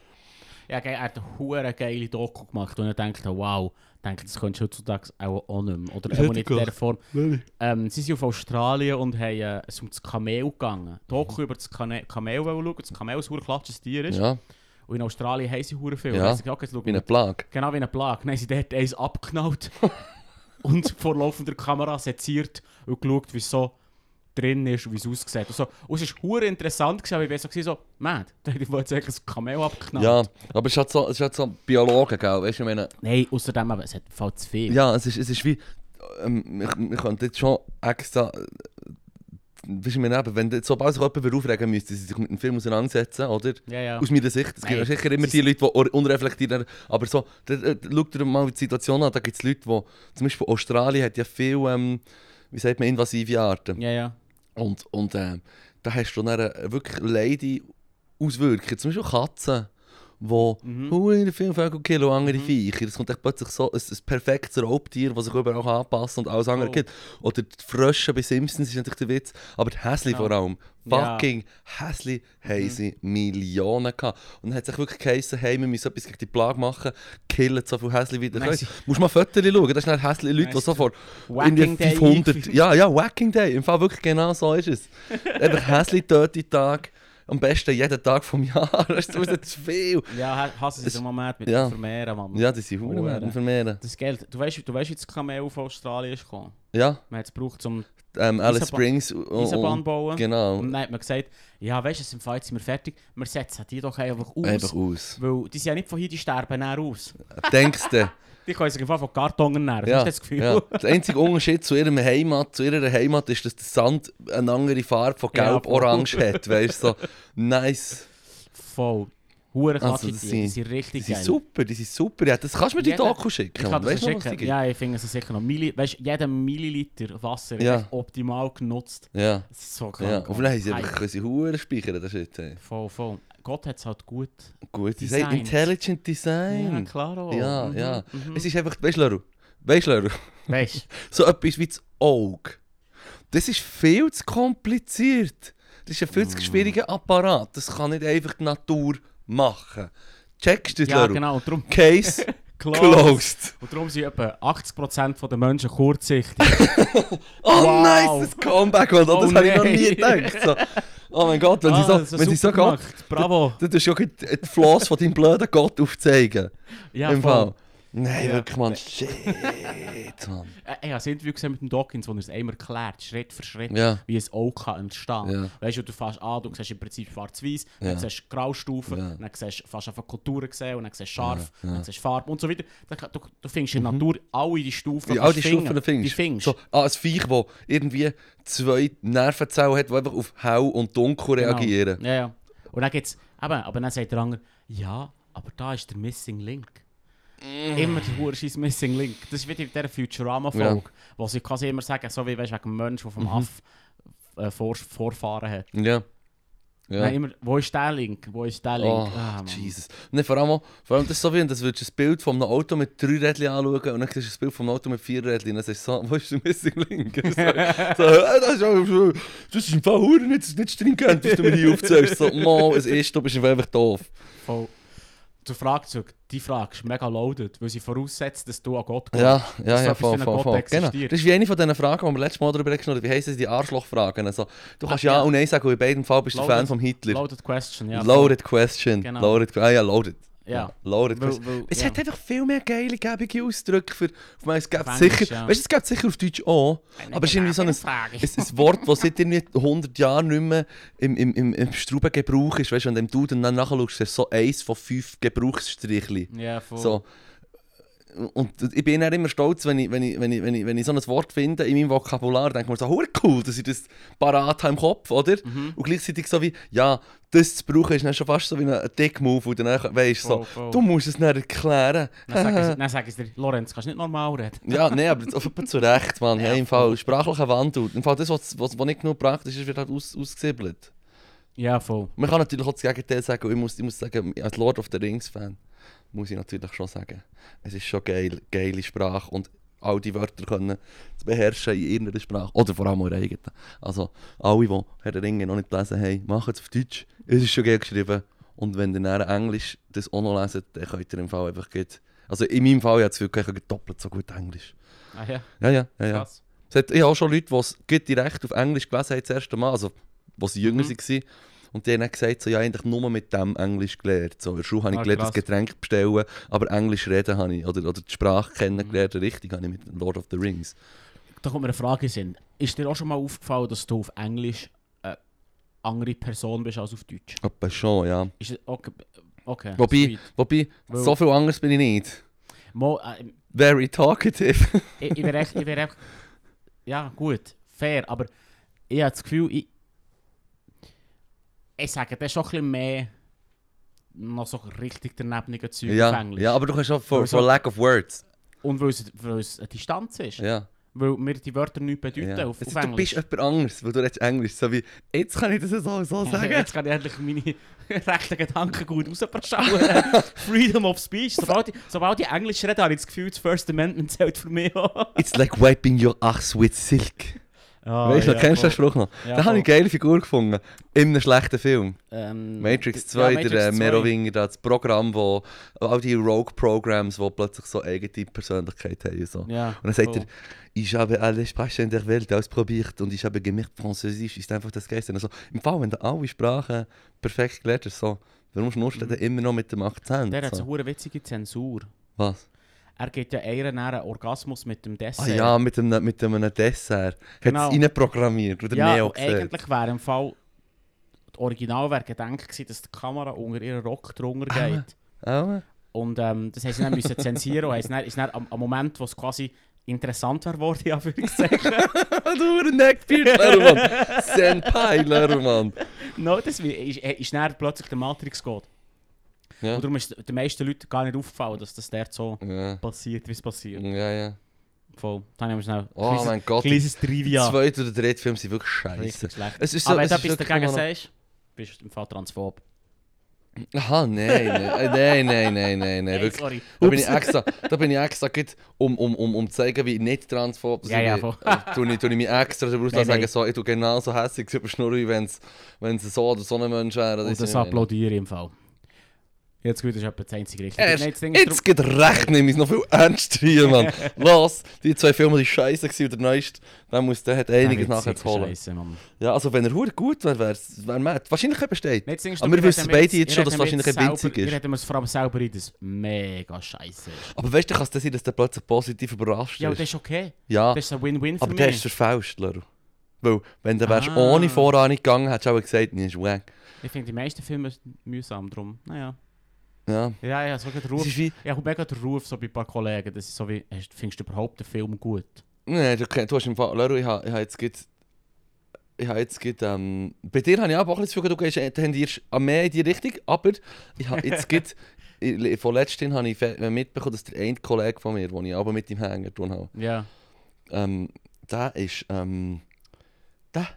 [SPEAKER 1] Ja, geil, er hat eine hure geile Doku gemacht und ich dachte, wow, ich denke, das könntest du heutzutage auch, auch nicht mehr. Oder
[SPEAKER 2] Das
[SPEAKER 1] auch
[SPEAKER 2] hätte
[SPEAKER 1] nicht in
[SPEAKER 2] ich
[SPEAKER 1] der Form. Ähm, sie sind auf Australien und haben äh, es um das Kamel gegangen. Doku über das Kane Kamel wollen schauen. Das Kamel ist ein hure klatsches Tier. Ist.
[SPEAKER 2] Mhm. Ja,
[SPEAKER 1] Und in Australien haben sie hure viel.
[SPEAKER 2] Ja.
[SPEAKER 1] Ja. Gesagt, okay, jetzt schauen
[SPEAKER 2] wie
[SPEAKER 1] wir
[SPEAKER 2] eine Plage.
[SPEAKER 1] Genau wie eine Plage. Dann haben sie dort eins abgeknallt und vor laufender Kamera seziert und geschaut, wie es so drin ist und wie es aussieht. Und, so. und es war hure interessant, gewesen, aber ich war so, gewesen, so «Mad, da hätte ich wohl jetzt eigentlich ein Kamel abgeknallt.»
[SPEAKER 2] Ja, aber es ist halt so, es ist halt so Biologen, gell? Weißt du, ich meine,
[SPEAKER 1] Nein, außerdem, aber es hat voll zu viel.
[SPEAKER 2] ja, es ist, es ist wie. Ähm, wir, wir können jetzt schon extra. äh, Weißt du, ich meine, eben, wenn jetzt- sobald sich jemand darüber aufregen müsste, sie sich mit dem Film auseinandersetzen, oder?
[SPEAKER 1] ja. ja.
[SPEAKER 2] Aus meiner Sicht. Es gibt
[SPEAKER 1] Nein,
[SPEAKER 2] ja sicher immer
[SPEAKER 1] sie-
[SPEAKER 2] die Leute, die or- unreflektiert sind. Aber so, da, da, schau dir mal die Situation an. Da gibt es Leute, die. Zum Beispiel Australien hat ja viel. Ähm, wie sagt man, invasive Arten.
[SPEAKER 1] ja, ja.
[SPEAKER 2] Und, und ähm, da hast du dann äh, wirklich leide Auswirkungen. Zum Beispiel Katzen, die
[SPEAKER 1] Mhm.
[SPEAKER 2] mhm. viele Vögel killen und andere Viecher. Es kommt echt plötzlich so ein, ein perfektes Raubtier, das sich überall auch anpasst und alles andere
[SPEAKER 1] Oh.
[SPEAKER 2] gibt. Oder die Frösche bei Simpsons ist natürlich der Witz. Aber die Häsli
[SPEAKER 1] Ja.
[SPEAKER 2] vor
[SPEAKER 1] Ja.
[SPEAKER 2] allem.
[SPEAKER 1] Mhm.
[SPEAKER 2] Fucking Häsli haben sie Millionen gehabt. Und dann hat es echt wirklich geheißen, hey, wir müssen etwas gegen die Plage machen. Killen so viele Häsli wieder.
[SPEAKER 1] Nein, sie-
[SPEAKER 2] Musst mal Fotos schauen. Das sind dann Häsli-Leute,
[SPEAKER 1] Nein,
[SPEAKER 2] die
[SPEAKER 1] sie-
[SPEAKER 2] sofort
[SPEAKER 1] Whacking
[SPEAKER 2] irgendwie
[SPEAKER 1] Day
[SPEAKER 2] 500...
[SPEAKER 1] eingeführt.
[SPEAKER 2] Ja, ja, Whacking Day. Im Fall wirklich genau so ist es. Einfach hässlich töte Tag. Am besten jeden Tag vom Jahr. Das ist wieder zu viel.
[SPEAKER 1] Ja, ha- hassen sie
[SPEAKER 2] Es-
[SPEAKER 1] es im Moment mit
[SPEAKER 2] ja.
[SPEAKER 1] dem Vermehren, Mann.
[SPEAKER 2] Ja, die sind Huren
[SPEAKER 1] Huren.
[SPEAKER 2] werden vermehren.
[SPEAKER 1] Das Geld, du weißt, du weißt, wie das Kamel von Australien ist gekommen.
[SPEAKER 2] Ja,
[SPEAKER 1] Man hat es gebraucht, um
[SPEAKER 2] ähm, Alice
[SPEAKER 1] Eisenbahn-
[SPEAKER 2] Springs. und- und-
[SPEAKER 1] Eisenbahn zu bauen.
[SPEAKER 2] Genau.
[SPEAKER 1] Und dann hat man gesagt, ja, weißt du, es im Fall jetzt sind wir fertig, wir setzen die doch einfach aus.
[SPEAKER 2] Einfach aus.
[SPEAKER 1] Weil die sind ja nicht von hier, die sterben näher aus.
[SPEAKER 2] Denkst du?
[SPEAKER 1] Die können sich einfach von Karton ernähren,
[SPEAKER 2] Ja,
[SPEAKER 1] hast du das Gefühl?
[SPEAKER 2] ja. Der einzige Unterschied zu, ihrem Heimat, zu ihrer Heimat ist, dass der Sand eine andere Farbe von
[SPEAKER 1] Ja,
[SPEAKER 2] gelb-orange hat. Weißt du, so nice.
[SPEAKER 1] Voll. Hure
[SPEAKER 2] Also,
[SPEAKER 1] also, die,
[SPEAKER 2] das
[SPEAKER 1] die
[SPEAKER 2] sind-
[SPEAKER 1] sind
[SPEAKER 2] Die
[SPEAKER 1] richtig
[SPEAKER 2] sind
[SPEAKER 1] geil.
[SPEAKER 2] super, die sind super. Ja, das kannst du mir die
[SPEAKER 1] Jeder-
[SPEAKER 2] Doku schicken.
[SPEAKER 1] Ich kann das
[SPEAKER 2] Weißt du noch, was
[SPEAKER 1] sicher,
[SPEAKER 2] die gibt?
[SPEAKER 1] ja, ich finde es sicher noch. Milli, weißt, jeder Milliliter Wasser
[SPEAKER 2] Ja.
[SPEAKER 1] ist echt optimal genutzt.
[SPEAKER 2] ja.
[SPEAKER 1] Das ist so krank.
[SPEAKER 2] Ja, und dann haben sie
[SPEAKER 1] Hey,
[SPEAKER 2] einfach unsere Huren speichern, das ist jetzt
[SPEAKER 1] Voll, voll. Gott hat es halt gut.
[SPEAKER 2] gut. Sie
[SPEAKER 1] Design.
[SPEAKER 2] sagen Intelligent
[SPEAKER 1] Ja,
[SPEAKER 2] Design.
[SPEAKER 1] klar. auch.
[SPEAKER 2] Ja,
[SPEAKER 1] Mhm,
[SPEAKER 2] ja.
[SPEAKER 1] mhm.
[SPEAKER 2] Es ist einfach, weißt du, Leru, weißt du, Leru,
[SPEAKER 1] Weißt
[SPEAKER 2] so etwas wie das Auge. Das ist viel zu kompliziert. Das ist ein viel zu schwieriger Apparat. Das kann nicht einfach die Natur machen. Checkst du
[SPEAKER 1] du?
[SPEAKER 2] das,
[SPEAKER 1] Ja,
[SPEAKER 2] Leru?
[SPEAKER 1] genau. Und darum,
[SPEAKER 2] Case
[SPEAKER 1] close.
[SPEAKER 2] closed.
[SPEAKER 1] Und darum sind etwa 80% der Menschen kurzsichtig.
[SPEAKER 2] Oh
[SPEAKER 1] Wow.
[SPEAKER 2] nice, das Comeback, Mann.
[SPEAKER 1] Oh
[SPEAKER 2] das habe ich noch nie
[SPEAKER 1] nein.
[SPEAKER 2] gedacht. So. Oh mein Gott, wenn sie
[SPEAKER 1] Ah,
[SPEAKER 2] so,
[SPEAKER 1] das ist
[SPEAKER 2] wenn sie so
[SPEAKER 1] super
[SPEAKER 2] Gott,
[SPEAKER 1] gemacht. Bravo.
[SPEAKER 2] dann tust du ja gleich die die Floss von deinem blöden Gott aufzeigen.
[SPEAKER 1] Ja,
[SPEAKER 2] Im
[SPEAKER 1] voll.
[SPEAKER 2] Fall. Nein,
[SPEAKER 1] Ja.
[SPEAKER 2] wirklich, Mann. Shit, Mann.
[SPEAKER 1] Äh, ich habe das Interview gesehen mit dem Dawkins, wo er es einmal erklärt, Schritt für Schritt,
[SPEAKER 2] Ja.
[SPEAKER 1] wie es auch kann entstehen
[SPEAKER 2] Ja.
[SPEAKER 1] Weißt du, du fährst an, du siehst im Prinzip schwarz-weiß, dann
[SPEAKER 2] Ja.
[SPEAKER 1] siehst du Graustufen,
[SPEAKER 2] Ja.
[SPEAKER 1] dann siehst du fast einfach Kulturen gesehen und dann siehst du scharf,
[SPEAKER 2] Ja, ja.
[SPEAKER 1] dann siehst du Farbe und so weiter. Dann, du, du findest in der Natur alle die Stufen.
[SPEAKER 2] Die,
[SPEAKER 1] kannst
[SPEAKER 2] all die Stufen
[SPEAKER 1] finden.
[SPEAKER 2] der
[SPEAKER 1] Die
[SPEAKER 2] findest.
[SPEAKER 1] findest.
[SPEAKER 2] So, ah, ein Viech, das irgendwie zwei Nervenzellen hat, die einfach auf Hell und Dunkel
[SPEAKER 1] Genau.
[SPEAKER 2] reagieren.
[SPEAKER 1] Ja, ja. Und dann geht's, eben, aber dann sagt der andere, ja, aber da ist der Missing Link.
[SPEAKER 2] Mm.
[SPEAKER 1] Immer der Hurschis Missing Link. Das ist wieder in dieser Futurama-Folge, wo sie quasi immer sagen, so wie weißt, wegen dem Mensch, der
[SPEAKER 2] Mhm.
[SPEAKER 1] vom Aff äh, vor, Vorfahren hat.
[SPEAKER 2] Ja. Ja.
[SPEAKER 1] Nein, immer, wo ist der Link? Wo ist der Link?
[SPEAKER 2] Oh,
[SPEAKER 1] Ah, Mann.
[SPEAKER 2] Jesus. Nee, vor, allem, auch- vor allem das ist so wie, wenn du würdest ein Bild von einem Auto mit drei Rädchen anschauen und dann siehst du ein Bild von einem Auto mit vier Rädchen und dann sagst du so, wo ist der Missing Link? so, so, äh, das, ist, auch- das ist im Fall verdammt nicht, das ist nicht stringent, was du mir hier aufzählst. So, Mann, es ist, du bist einfach doof.
[SPEAKER 1] Voll. Zur Frage zurück. Die Frage ist mega loaded, weil sie voraussetzt, dass du an Gott glaubst.
[SPEAKER 2] Ja, ja,
[SPEAKER 1] so
[SPEAKER 2] ja,
[SPEAKER 1] etwas wie
[SPEAKER 2] voll,
[SPEAKER 1] ein
[SPEAKER 2] voll,
[SPEAKER 1] Gott
[SPEAKER 2] voll. Genau.
[SPEAKER 1] existiert.
[SPEAKER 2] Das ist wie eine von diesen Fragen, die wir letztes Mal darüber gesprochen haben, wie heissen sie die Arschlochfragen? Also, du kannst
[SPEAKER 1] Ah,
[SPEAKER 2] ja
[SPEAKER 1] ja.
[SPEAKER 2] und nein sagen, und in beiden Fall bist du
[SPEAKER 1] Loaded-
[SPEAKER 2] Fan von Hitler.
[SPEAKER 1] Loaded question, ja.
[SPEAKER 2] Loaded question.
[SPEAKER 1] Genau.
[SPEAKER 2] Loaded, que- ah ja, loaded.
[SPEAKER 1] Ja.
[SPEAKER 2] Loaded
[SPEAKER 1] Weil-
[SPEAKER 2] question.
[SPEAKER 1] weil-
[SPEAKER 2] Es
[SPEAKER 1] ja.
[SPEAKER 2] hat einfach viel mehr geile, gäbige Ausdrücke für... Ich meine, es gibt
[SPEAKER 1] Auf
[SPEAKER 2] sicher...
[SPEAKER 1] Englisch, ja.
[SPEAKER 2] Weißt du, es gibt sicher auf Deutsch auch, aber es ist irgendwie so ein...
[SPEAKER 1] Frage.
[SPEAKER 2] Es ist ein Wort, das seit irgendwie 100 Jahren nicht mehr im, im, im, im Strubengebrauch ist. Weißt du, wenn du dem Duden dann nachschaust, ist so eins von fünf Gebrauchsstrichli.
[SPEAKER 1] Ja, voll.
[SPEAKER 2] So. Und ich bin dann immer stolz, wenn ich, wenn, ich, wenn, ich, wenn, ich, wenn ich so ein Wort finde in meinem Vokabular, denke ich mir so, «Hure cool, dass ich das parat habe im Kopf, oder? Und gleichzeitig so wie, ja, das zu brauchen ist dann schon fast so wie ein Dick-Move, wo du dann weißt, so,
[SPEAKER 1] Voll, voll.
[SPEAKER 2] du musst es dann erklären.
[SPEAKER 1] Dann sagen sie- dann sagen sie dir, Lorenz, kannst du nicht normal reden?
[SPEAKER 2] ja, nee, aber auf jeden zu Recht, Mann. Hey, im Fall, sprachlicher Wandel. Im Fall, das, was, was, was nicht genug praktisch ist, wird halt aus, ausgesiebelt.
[SPEAKER 1] Ja, voll.
[SPEAKER 2] Man kann natürlich auch das Gegenteil sagen, und ich muss, ich muss sagen, als Lord of the Rings-Fan muss ich natürlich schon sagen, es ist schon geil, geile Sprache und all die Wörter können zu beherrschen in ihrer Sprache oder vor allem ihre eigenen. Also alle, die Herr der Ringe noch nicht gelesen haben, machen es auf Deutsch, es ist schon geil geschrieben und wenn ihr dann Englisch das auch noch leset, dann könnt ihr im Fall einfach gut, also in meinem Fall, ich habe das Gefühl, ich kann doppelt so gut Englisch.
[SPEAKER 1] Ah, ja,
[SPEAKER 2] Ja, ja, ja. ja.
[SPEAKER 1] krass.
[SPEAKER 2] Es hat, ich habe auch schon Leute, die es gut direkt auf Englisch gelesen haben, das erste Mal, also wo sie jünger
[SPEAKER 1] Mhm.
[SPEAKER 2] waren. Und die haben dann gesagt, so, ja, eigentlich nur mit dem Englisch gelernt. So, in der Schule habe ich
[SPEAKER 1] Ah,
[SPEAKER 2] gelernt, das
[SPEAKER 1] krass.
[SPEAKER 2] Getränk bestellen, aber Englisch reden habe ich, oder, oder die Sprache kennengelernt,
[SPEAKER 1] Mhm.
[SPEAKER 2] richtig habe ich mit Lord of the Rings.
[SPEAKER 1] Da kommt mir eine Frage in den Sinn. Ist dir auch schon mal aufgefallen, dass du auf Englisch eine andere Person bist als auf Deutsch?
[SPEAKER 2] Aber schon, ja.
[SPEAKER 1] Ist es okay? okay
[SPEAKER 2] Wobei,
[SPEAKER 1] sweet.
[SPEAKER 2] wobei
[SPEAKER 1] Weil-
[SPEAKER 2] so viel anders bin ich nicht.
[SPEAKER 1] Mo, äh,
[SPEAKER 2] Very talkative.
[SPEAKER 1] ich, ich wäre echt, ich wäre echt, ja gut, fair, aber ich habe das Gefühl, ich, ich sage das schon ein bisschen mehr noch so richtig daneben Zeug auf
[SPEAKER 2] ja,
[SPEAKER 1] Englisch.
[SPEAKER 2] ja, aber du kannst schon for,
[SPEAKER 1] Weil so-
[SPEAKER 2] for lack of words.
[SPEAKER 1] Und weil es, weil es eine Distanz ist,
[SPEAKER 2] Ja,
[SPEAKER 1] weil mir die Wörter nichts bedeuten
[SPEAKER 2] ja.
[SPEAKER 1] auf, auf
[SPEAKER 2] Es ist- du
[SPEAKER 1] Englisch.
[SPEAKER 2] bist jemand anderes, weil du redest Englisch. So wie, jetzt kann ich das so, so sagen.
[SPEAKER 1] Jetzt kann ich endlich meine rechten Gedanken gut rausschauen. Freedom of Speech. Sobald ich, sobald ich Englisch rede, habe ich das Gefühl, das First Amendment zählt für mich auch.
[SPEAKER 2] It's like wiping your ass with silk. weißt du, noch, kennst du den Spruch noch?
[SPEAKER 1] Ah, Ja,
[SPEAKER 2] da habe ich
[SPEAKER 1] voll.
[SPEAKER 2] eine geile Figur gefunden. In einem schlechten Film.
[SPEAKER 1] Ähm,
[SPEAKER 2] Matrix
[SPEAKER 1] ja,
[SPEAKER 2] 2,
[SPEAKER 1] Matrix
[SPEAKER 2] der äh,
[SPEAKER 1] 2.
[SPEAKER 2] Merowinger, da das Programm, wo all die Rogue-Programs, die plötzlich so eigene Persönlichkeit haben. und So.
[SPEAKER 1] Ja,
[SPEAKER 2] Und dann sagt
[SPEAKER 1] voll.
[SPEAKER 2] er, ich habe alle Sprachen der Welt ausprobiert und ich habe gemerkt, Französisch ist einfach das Geiste. Also, Im Fall, wenn du alle Sprachen perfekt gelernt hast, so, warum schnurst du dann immer noch mit dem Akzent?
[SPEAKER 1] Mhm. Der hat so
[SPEAKER 2] so?
[SPEAKER 1] eine witzige Zensur.
[SPEAKER 2] Was?
[SPEAKER 1] Er geht ja eher nach einem Orgasmus mit dem Dessert.
[SPEAKER 2] Ah ja, mit einem, mit einem Dessert.
[SPEAKER 1] Genau.
[SPEAKER 2] Hat es reinprogrammiert, oder
[SPEAKER 1] Ja,
[SPEAKER 2] Neo
[SPEAKER 1] und
[SPEAKER 2] gesehen.
[SPEAKER 1] eigentlich wäre im Fall... Das Original wäre gedacht gewesen, dass die Kamera unter ihren Rock drunter geht.
[SPEAKER 2] Ah,
[SPEAKER 1] Und ähm, das heißt, sie dann müssen zensieren und es ist dann am, am Moment, wo es quasi interessanter geworden ist, Anführungszeichen.
[SPEAKER 2] du ein Neckbeard, Mann. Senpai, Mann.
[SPEAKER 1] no, das wi- ist, äh, ist dann plötzlich der Matrix-Gott.
[SPEAKER 2] Ja.
[SPEAKER 1] Und darum ist den meisten Leuten gar nicht aufgefallen, dass das dort so
[SPEAKER 2] Ja,
[SPEAKER 1] passiert, wie es passiert.
[SPEAKER 2] ja. ja.
[SPEAKER 1] Voll. Dann haben wir schnell
[SPEAKER 2] Mhm. Oh
[SPEAKER 1] kleines-
[SPEAKER 2] mein Gott,
[SPEAKER 1] kleines
[SPEAKER 2] Der
[SPEAKER 1] Trivia.
[SPEAKER 2] zweite oder dritte Film sind wirklich scheiße.
[SPEAKER 1] Richtig schlecht.
[SPEAKER 2] Es ist so,
[SPEAKER 1] Aber wenn
[SPEAKER 2] es
[SPEAKER 1] du
[SPEAKER 2] ist
[SPEAKER 1] etwas
[SPEAKER 2] wirklich
[SPEAKER 1] dagegen
[SPEAKER 2] immer noch-
[SPEAKER 1] sagst, bist du im Fall transphob.
[SPEAKER 2] Aha, nein, nein, äh, nein, nein, nein, nein, nein,
[SPEAKER 1] Hey,
[SPEAKER 2] wirklich.
[SPEAKER 1] sorry.
[SPEAKER 2] Da bin ich extra, da bin ich extra gut, um, um, um, um zu zeigen, wie nicht transphob
[SPEAKER 1] Ja, ja, voll.
[SPEAKER 2] Tue ich, tu ich mich extra darüber aus,
[SPEAKER 1] Nein,
[SPEAKER 2] sagen,
[SPEAKER 1] nein.
[SPEAKER 2] so, ich tue genauso hässlich über Schnurri, wenn es so oder so ein Mensch wäre.
[SPEAKER 1] Und
[SPEAKER 2] ist
[SPEAKER 1] das
[SPEAKER 2] nicht-
[SPEAKER 1] applaudiere ich im Fall. Jetzt gut, das ist etwa das einzige Richtige.
[SPEAKER 2] Erst,
[SPEAKER 1] Nein, das Ding ist
[SPEAKER 2] jetzt geht recht, nimm es noch viel ernster hier, Mann. Los, die zwei Filme, die scheiße waren, und der neueste, der, muss, der hat
[SPEAKER 1] darum-
[SPEAKER 2] einiges
[SPEAKER 1] Ja,
[SPEAKER 2] nachher
[SPEAKER 1] witzig,
[SPEAKER 2] zu holen.
[SPEAKER 1] Scheisse, Mann.
[SPEAKER 2] Ja, also wenn er verdammt gut wäre, wäre wär mad. Wahrscheinlich könnte er stehen.
[SPEAKER 1] Nein, das Ding ist,
[SPEAKER 2] Aber wir
[SPEAKER 1] reden
[SPEAKER 2] wissen beide
[SPEAKER 1] jetzt-
[SPEAKER 2] jetzt schon, dass
[SPEAKER 1] reden wir
[SPEAKER 2] wahrscheinlich
[SPEAKER 1] jetzt
[SPEAKER 2] ein winzig
[SPEAKER 1] selber- Wir
[SPEAKER 2] ist.
[SPEAKER 1] reden uns vor allem selber ein, das ist mega scheiße. ist.
[SPEAKER 2] Aber weißt du, kann es dann sein, dass der plötzlich positiv überrascht
[SPEAKER 1] Ja, aber
[SPEAKER 2] ist?
[SPEAKER 1] das ist okay.
[SPEAKER 2] ja,
[SPEAKER 1] Das ist ein Win-Win für
[SPEAKER 2] aber der ist
[SPEAKER 1] mich.
[SPEAKER 2] verfälscht, Leru. Weil, wenn du wärst
[SPEAKER 1] Ah.
[SPEAKER 2] ohne Vorahnung gegangen, hättest du auch gesagt, nee, ist weg.
[SPEAKER 1] Ich finde die meisten Filme mühsam drum. Naja.
[SPEAKER 2] Ja.
[SPEAKER 1] Ja, ja, so den
[SPEAKER 2] Es
[SPEAKER 1] Ruf.
[SPEAKER 2] ist wie,
[SPEAKER 1] Ich habe mega den Ruf so bei ein paar Kollegen, das ist so wie, hast- findest du überhaupt den Film gut?
[SPEAKER 2] nee, du, du hast im Fall, Leru, ich habe ich ha jetzt gerade... Ich habe jetzt gerade, ähm, bei dir habe ich aber auch ein bisschen das Gefühl, du gehst, äh, tendierst am mehr in die Richtung, aber ich habe jetzt gerade, ich- von letztem habe ich fe- mitbekommen, dass der eine Kollege von mir, den ich aber mit ihm hängen tun habe,
[SPEAKER 1] Ja.
[SPEAKER 2] ähm, der ist, ähm, der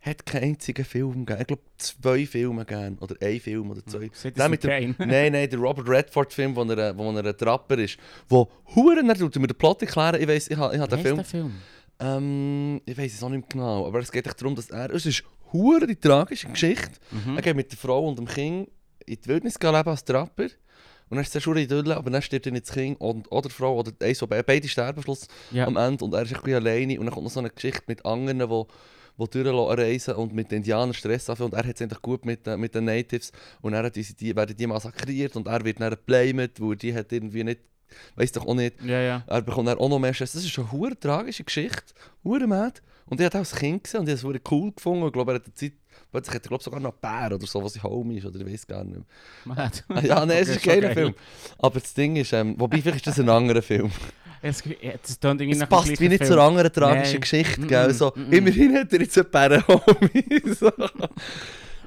[SPEAKER 2] hat keinen einzigen Film gegeben. Ich glaube, zwei Filme gegeben. Oder ein Film oder zwei. Der
[SPEAKER 1] Citizen
[SPEAKER 2] mit dem,
[SPEAKER 1] Kane.
[SPEAKER 2] nein, nein, der Robert Redford-Film, wo er, wo er ein Trapper ist. Wo Huren, er tut mir den Plot erklären. Ich weiß, ich habe ich hab den
[SPEAKER 1] Wie heisst
[SPEAKER 2] Film.
[SPEAKER 1] der Film?
[SPEAKER 2] Ähm, ich weiß es auch nicht mehr genau. Aber es geht echt darum, dass er. Es ist Huren die tragische Geschichte. Er geht mit der Frau und dem Kind in die Wildnis gehen leben als Trapper. Und dann ist es schon Idylle, aber dann stirbt nicht das Kind und, oder die Frau oder eins, von beiden. beide sterben am Schluss
[SPEAKER 1] Ja.
[SPEAKER 2] am Ende und er ist ein bisschen alleine und dann kommt noch so eine Geschichte mit anderen, die wo durchreisen und mit den Indianern Stress anfangen und er hat es eigentlich gut mit, den- mit den Natives und er hat diese, die, werden die massakriert und er wird dann geblamed, weil die hat irgendwie nicht, weiß doch auch nicht,
[SPEAKER 1] Ja, ja.
[SPEAKER 2] er bekommt dann auch noch mehr Stress. Das ist eine hure tragische Geschichte, hure mad. Und ich habe auch als Kind gesehen und ich habe es hure cool gefunden. Ich glaube, er hat die Zeit, plötzlich hat er glaube ich, sogar noch einen Bär oder so, was ich home ist oder ich weiß gar nicht mehr.
[SPEAKER 1] Mad.
[SPEAKER 2] Ah, Ja, nein, es
[SPEAKER 1] Okay,
[SPEAKER 2] ist ein geiler
[SPEAKER 1] so geil.
[SPEAKER 2] Film. Aber das Ding ist, ähm, wobei vielleicht ist das ein anderer Film.
[SPEAKER 1] Es, ja, das tönt irgendwie
[SPEAKER 2] Es
[SPEAKER 1] nach dem
[SPEAKER 2] passt
[SPEAKER 1] gleichen
[SPEAKER 2] wie nicht
[SPEAKER 1] Film.
[SPEAKER 2] zur anderen tragischen
[SPEAKER 1] Nein.
[SPEAKER 2] Geschichte,
[SPEAKER 1] Mm-mm,
[SPEAKER 2] gell? So,
[SPEAKER 1] mm-mm.
[SPEAKER 2] immerhin hat er jetzt einen Bärenhomie. so.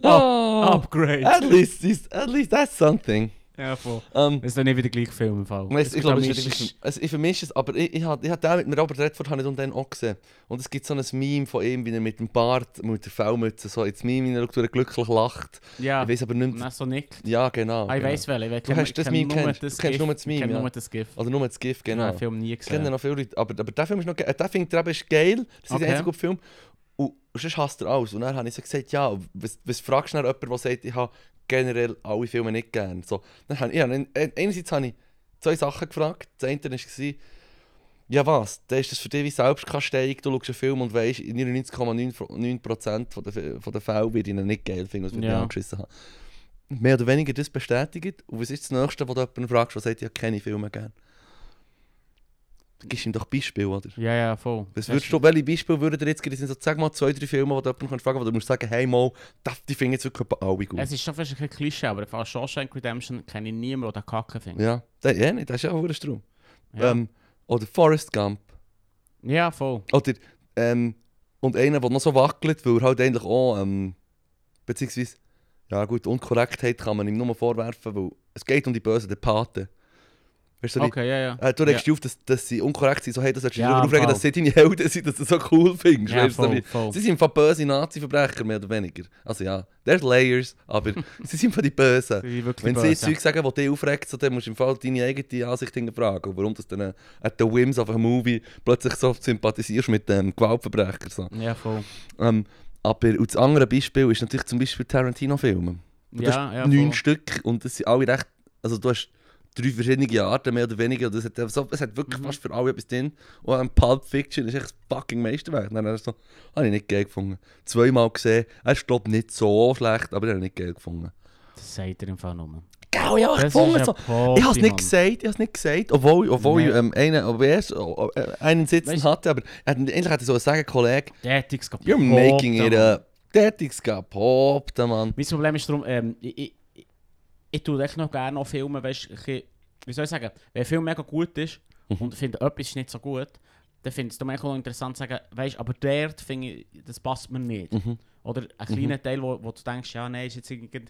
[SPEAKER 2] Ah,
[SPEAKER 1] Upgrade.
[SPEAKER 2] At least, is- at least that's something.
[SPEAKER 1] Ja, voll.
[SPEAKER 2] Ähm,
[SPEAKER 1] Das ist dann nicht wieder der gleiche Film im Fall.
[SPEAKER 2] weißt,
[SPEAKER 1] Es
[SPEAKER 2] ich glaube,
[SPEAKER 1] gibt
[SPEAKER 2] es
[SPEAKER 1] am
[SPEAKER 2] ist
[SPEAKER 1] meisten-
[SPEAKER 2] wirklich- also, ich vermisse es, aber ich, ich habe ich hab den mit dem Robert Redford habe ich und den auch gesehen. Und es gibt so ein Meme von ihm, wie er mit dem Bart, mit der Fellmütze, so ins Meme hineinschaut, wie er glücklich lacht.
[SPEAKER 1] Ja,
[SPEAKER 2] Ich weiß aber nicht
[SPEAKER 1] und
[SPEAKER 2] mehr...
[SPEAKER 1] dann so nickt.
[SPEAKER 2] Ja, genau.
[SPEAKER 1] Ah, ich
[SPEAKER 2] genau.
[SPEAKER 1] weiss welchen. weil
[SPEAKER 2] Du hast das Meme kennst. Du kennst nur das Meme,
[SPEAKER 1] Ich kenne
[SPEAKER 2] ja.
[SPEAKER 1] nur das GIF.
[SPEAKER 2] Oder nur das GIF,
[SPEAKER 1] Ich habe
[SPEAKER 2] genau.
[SPEAKER 1] den Film nie
[SPEAKER 2] Ich kenne
[SPEAKER 1] gesehen.
[SPEAKER 2] noch viele Leute, aber, aber der Film ist noch geil. Äh, Der findet er eben ist geil, das ist
[SPEAKER 1] Okay.
[SPEAKER 2] der einzige gute Film. Und sonst hasst er alles. Und dann habe ich so gesagt, ja, was, was fragst du dann jemanden, der sagt, ich habe generell alle Filme nicht gern. So, dann habe ich, ja, dann- äh, einerseits habe ich zwei Sachen gefragt. Das eine war, ja was, dann ist das für dich wie Selbstkasteiung. Du schaust einen Film und weißt, in 99,9% von der, F- von der Fälle wird ihnen nicht geil finden, was wir
[SPEAKER 1] Ja.
[SPEAKER 2] ja. angeschissen haben. Mehr oder weniger das bestätigt. Und was ist das Nächste, was du jemanden fragst, der sagt, ich habe keine Filme gern? Dann gibst du ihm doch Beispiel, oder?
[SPEAKER 1] Ja, ja, voll.
[SPEAKER 2] Was würdest du, welche Beispiele würden dir jetzt geben? Das sind so, sag mal, zwei, drei Filme, die du jemanden fragen kannst, wo du musst sagen, hey, mal, das- die finden jetzt wirklich etwa alle gut.
[SPEAKER 1] Es ist schon fast ein bisschen Klischee, aber von Shawshank Redemption kenne ich niemanden, der den Kacke findet.
[SPEAKER 2] Ja, das, ja nicht, das ist ja auch ein Strom.
[SPEAKER 1] Ja.
[SPEAKER 2] Ähm, oder Forrest Gump.
[SPEAKER 1] ja, voll.
[SPEAKER 2] Oder, ähm, und einer, der noch so wackelt, weil er halt eigentlich auch, ähm, beziehungsweise, ja gut, Unkorrektheit kann man ihm nur vorwerfen, weil es geht um die Bösen, der Pate. Weißt du, die-
[SPEAKER 1] Okay, ja, ja.
[SPEAKER 2] äh, du regst dich auf, dass, dass sie unkorrekt sind, so hey, das solltest du
[SPEAKER 1] Ja,
[SPEAKER 2] dich darüber
[SPEAKER 1] im
[SPEAKER 2] aufregen,
[SPEAKER 1] Fall.
[SPEAKER 2] dass sie deine Helden sind, dass du das so cool findest.
[SPEAKER 1] Ja,
[SPEAKER 2] weißt du, so
[SPEAKER 1] voll,
[SPEAKER 2] wie-
[SPEAKER 1] voll.
[SPEAKER 2] Sie sind von böse Nazi-Verbrecher, mehr oder weniger. Also ja, there's layers, aber sie sind von die Bösen.
[SPEAKER 1] Sie sind wirklich
[SPEAKER 2] Wenn sie
[SPEAKER 1] böse.
[SPEAKER 2] Zeug sagen, die dich aufregt, so, dann musst du im Fall deine eigene Ansicht hinterfragen. Und Warum du dann äh, at the whims of a movie plötzlich so sympathisierst mit dem Gewaltverbrecher. So.
[SPEAKER 1] Ja, voll.
[SPEAKER 2] Ähm, aber und das andere Beispiel ist natürlich zum Beispiel Tarantino-Filme. Und das
[SPEAKER 1] Ja, ja,
[SPEAKER 2] neun
[SPEAKER 1] voll.
[SPEAKER 2] Stück und das sind alle recht. Also du hast drei verschiedene Arten, mehr oder weniger. Und das hat, so, es hat
[SPEAKER 1] Mhm.
[SPEAKER 2] wirklich fast für alle etwas drin. Und ein Pulp Fiction ist echt das fucking Meisterwerk. Dann habe ich so, habe ich nicht geil gefunden. Zweimal gesehen, er ist glaube ich nicht so schlecht, aber ich habe ihn nicht geil gefunden.
[SPEAKER 1] Das sagt er im Fall nur.
[SPEAKER 2] Geil, ja, ich
[SPEAKER 1] Das ist
[SPEAKER 2] gefunden.
[SPEAKER 1] ein
[SPEAKER 2] So.
[SPEAKER 1] Poti,
[SPEAKER 2] Ich habe es nicht
[SPEAKER 1] Mann.
[SPEAKER 2] gesagt, ich habe es nicht gesagt, obwohl, obwohl
[SPEAKER 1] Nee.
[SPEAKER 2] ich ähm, einen, obwohl ich erst, oh, oh, äh, einen Sitzen
[SPEAKER 1] Weißt-
[SPEAKER 2] hatte, aber er hat- eigentlich hätte ich so sagen, Kollege,
[SPEAKER 1] Der hat nichts kaputt
[SPEAKER 2] you're making it
[SPEAKER 1] gemacht.
[SPEAKER 2] up. Der hat es gehabt, Mann.
[SPEAKER 1] Mein Problem ist darum, ähm, ich, ich, ich, ich tue echt noch gerne noch Filme, weißt du, ein bisschen- wie soll ich sagen, wenn ein Film mega gut ist und ich finde, etwas ist nicht so gut, dann finde ich es doch manchmal auch interessant zu sagen, weißt du, aber dort finde ich, das passt mir nicht. Oder ein kleiner Teil, wo, wo du denkst, ja, nein, ist jetzt irgendwie,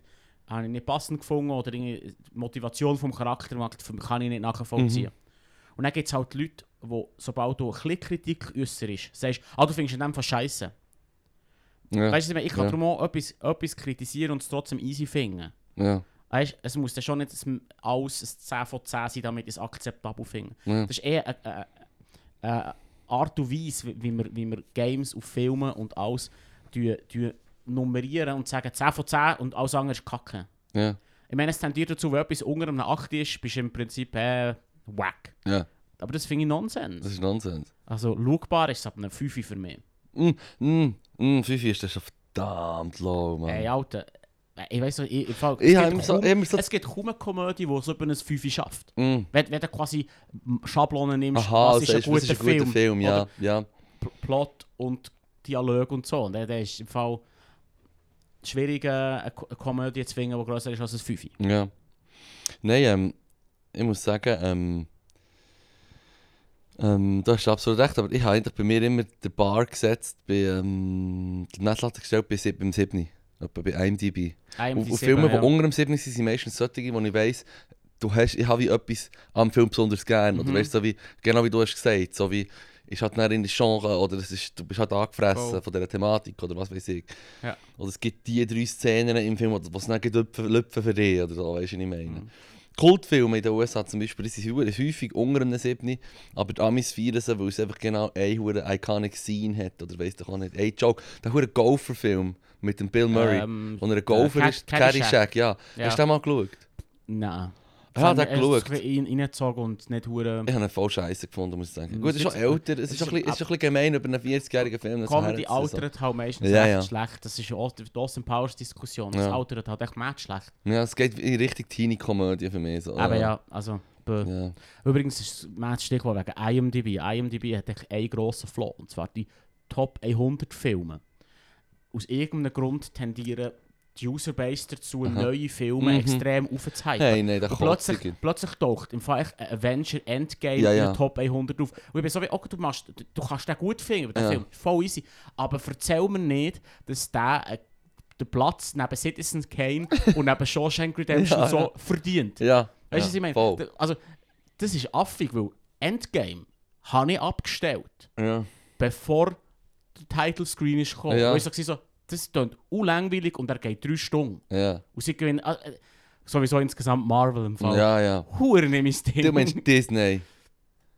[SPEAKER 1] habe ich nicht passend gefunden oder irgendwie die Motivation vom Charakter mag- kann ich nicht nachvollziehen. Und dann gibt es halt Leute, die, sobald du ein bisschen Kritik äußerst, sagst, ah, du findest in dem Fall scheiße.
[SPEAKER 2] Ja,
[SPEAKER 1] Weißt du, ich kann
[SPEAKER 2] Ja.
[SPEAKER 1] darum auch etwas, etwas kritisieren und es trotzdem easy finden.
[SPEAKER 2] ja.
[SPEAKER 1] Weißt, es muss dann schon nicht dass m- alles ein 10 von 10 sein, damit ich es akzeptabel finde.
[SPEAKER 2] Ja.
[SPEAKER 1] Das ist eher eine, eine, eine Art und Weise, wie- wie wir, wie wir Games und Filme und alles tun- tun nummerieren und sagen 10 von 10 und alles andere ist Kacke.
[SPEAKER 2] Ja.
[SPEAKER 1] Ich meine, es tendiert dazu, wenn etwas unter einem 8 ist, bist du im Prinzip äh, wack.
[SPEAKER 2] Ja,
[SPEAKER 1] Aber das finde ich Nonsens.
[SPEAKER 2] das ist Nonsens.
[SPEAKER 1] Also, schaubar ist es ab einem 5 für mich.
[SPEAKER 2] Mm, mm, mm, 5 ist das schon verdammt low, Mann.
[SPEAKER 1] Ey, Alter, äh, ich weiß nicht, ich, im Fall,
[SPEAKER 2] Ich
[SPEAKER 1] es,
[SPEAKER 2] hab
[SPEAKER 1] gibt
[SPEAKER 2] ihm so-
[SPEAKER 1] kaum,
[SPEAKER 2] ich hab mir so-
[SPEAKER 1] es gibt kaum eine Komödie, die so über ein 5 schafft.
[SPEAKER 2] Mm.
[SPEAKER 1] Wenn, wenn du quasi Schablonen nimmst,
[SPEAKER 2] Aha,
[SPEAKER 1] was ist ein
[SPEAKER 2] sagst du,
[SPEAKER 1] guter,
[SPEAKER 2] das ist ein guter Film, ja.
[SPEAKER 1] Oder
[SPEAKER 2] ja.
[SPEAKER 1] P- Plot und Dialog und so. Und der, der ist im Fall schwierig, äh, eine Ko- eine Komödie zu finden, die grösser ist als ein 5.
[SPEAKER 2] Ja. Nein, ähm, ich muss sagen, ähm, ähm, du hast absolut recht, aber ich habe eigentlich bei mir immer den Bar gesetzt, bei, ähm, die Messlatte gestellt bei sieb- beim 7. Etwa bei IMDb. Auf, auf Filme, die unter dem 7 sind, sind meistens solche, wo ich weiss, du hast, ich habe wie etwas am Film besonders gern. Oder weißt du, so wie, genau wie du hast gesagt, so wie, ist halt dann in das Genre dus oder es ist, du bist halt angefressen
[SPEAKER 1] Voll.
[SPEAKER 2] von dieser Thematik oder was weiß ich.
[SPEAKER 1] Ja.
[SPEAKER 2] Oder es gibt dus die drei Szenen im Film, die es nicht lüpfen, lüpfen für dich oder so, weißt du, was ich meine. Kultfilme in den USA zum Beispiel, die sind hure- häufig unter einem 7, aber die Amis feiern sie, weil es einfach genau eine hure iconic Scene hat, oder weiss doch auch nicht, ein Joke, der hure Gopher-Film mit dem Bill Murray,
[SPEAKER 1] Ähm,
[SPEAKER 2] wo er ein Gopher
[SPEAKER 1] Cad-
[SPEAKER 2] ist,
[SPEAKER 1] Caddyshack.
[SPEAKER 2] Caddyshack, ja.
[SPEAKER 1] Ja.
[SPEAKER 2] Hast du den mal geschaut?
[SPEAKER 1] Nein.
[SPEAKER 2] Ich habe
[SPEAKER 1] Sondern
[SPEAKER 2] den
[SPEAKER 1] er ist
[SPEAKER 2] Ah, geschaut.
[SPEAKER 1] so ein bisschen rein- reingezogen und nicht hure
[SPEAKER 2] Ich habe ihn voll scheiße gefunden, muss ich sagen.
[SPEAKER 1] Mhm.
[SPEAKER 2] Gut, es ist schon
[SPEAKER 1] Es ist-
[SPEAKER 2] älter, es ist schon ein bisschen, es ist schon ein bisschen gemein, über einen 40-jährigen Film so
[SPEAKER 1] Comedy
[SPEAKER 2] herzusetzen, so.
[SPEAKER 1] altert halt meistens
[SPEAKER 2] also. Ja,
[SPEAKER 1] echt
[SPEAKER 2] ja.
[SPEAKER 1] schlecht. Das ist ja oft die Austin Powers Diskussion. Das
[SPEAKER 2] Ja.
[SPEAKER 1] altert halt echt mad schlecht.
[SPEAKER 2] Ja, es geht in Richtung Teenie-Komödie für mich. So.
[SPEAKER 1] Aber Ah, ja, also... bö.
[SPEAKER 2] Ja.
[SPEAKER 1] Übrigens ist das mad Stichwort wegen IMDb. IMDb hat echt einen grossen Flaw, und zwar die Top 100 Filme. Aus irgendeinem Grund tendieren die Userbase dazu, neue Filme
[SPEAKER 2] Mhm.
[SPEAKER 1] extrem aufzuhypen.
[SPEAKER 2] Hey, nein, der
[SPEAKER 1] Und
[SPEAKER 2] kotzt
[SPEAKER 1] plötzlich,
[SPEAKER 2] sich.
[SPEAKER 1] plötzlich taucht im Fall echt ein Avenger Endgame
[SPEAKER 2] Ja,
[SPEAKER 1] in
[SPEAKER 2] ja.
[SPEAKER 1] den Top 100 auf. Und ich bin so wie, okay, du, machst, du, du kannst den gut finden, aber der
[SPEAKER 2] Ja.
[SPEAKER 1] Film ist voll easy. Aber erzähl mir nicht, dass der äh, den Platz neben Citizen Kane und neben Shawshank Redemption
[SPEAKER 2] Ja,
[SPEAKER 1] so
[SPEAKER 2] ja.
[SPEAKER 1] verdient.
[SPEAKER 2] Ja.
[SPEAKER 1] Weißt du,
[SPEAKER 2] ja,
[SPEAKER 1] was ich meine?
[SPEAKER 2] Voll.
[SPEAKER 1] D- Also, das ist affig, weil Endgame habe ich abgestellt,
[SPEAKER 2] Ja.
[SPEAKER 1] bevor der Title Screen ist gekommen.
[SPEAKER 2] Ja.
[SPEAKER 1] Wo ich so, gewesen so das klingt unlangweilig und er geht drei Stunden.
[SPEAKER 2] Ja.
[SPEAKER 1] Und sie gewinnen, ah, äh, sowieso insgesamt Marvel im Fall.
[SPEAKER 2] Ja, ja.
[SPEAKER 1] Hure nehme ich Ding.
[SPEAKER 2] Du meinst Disney.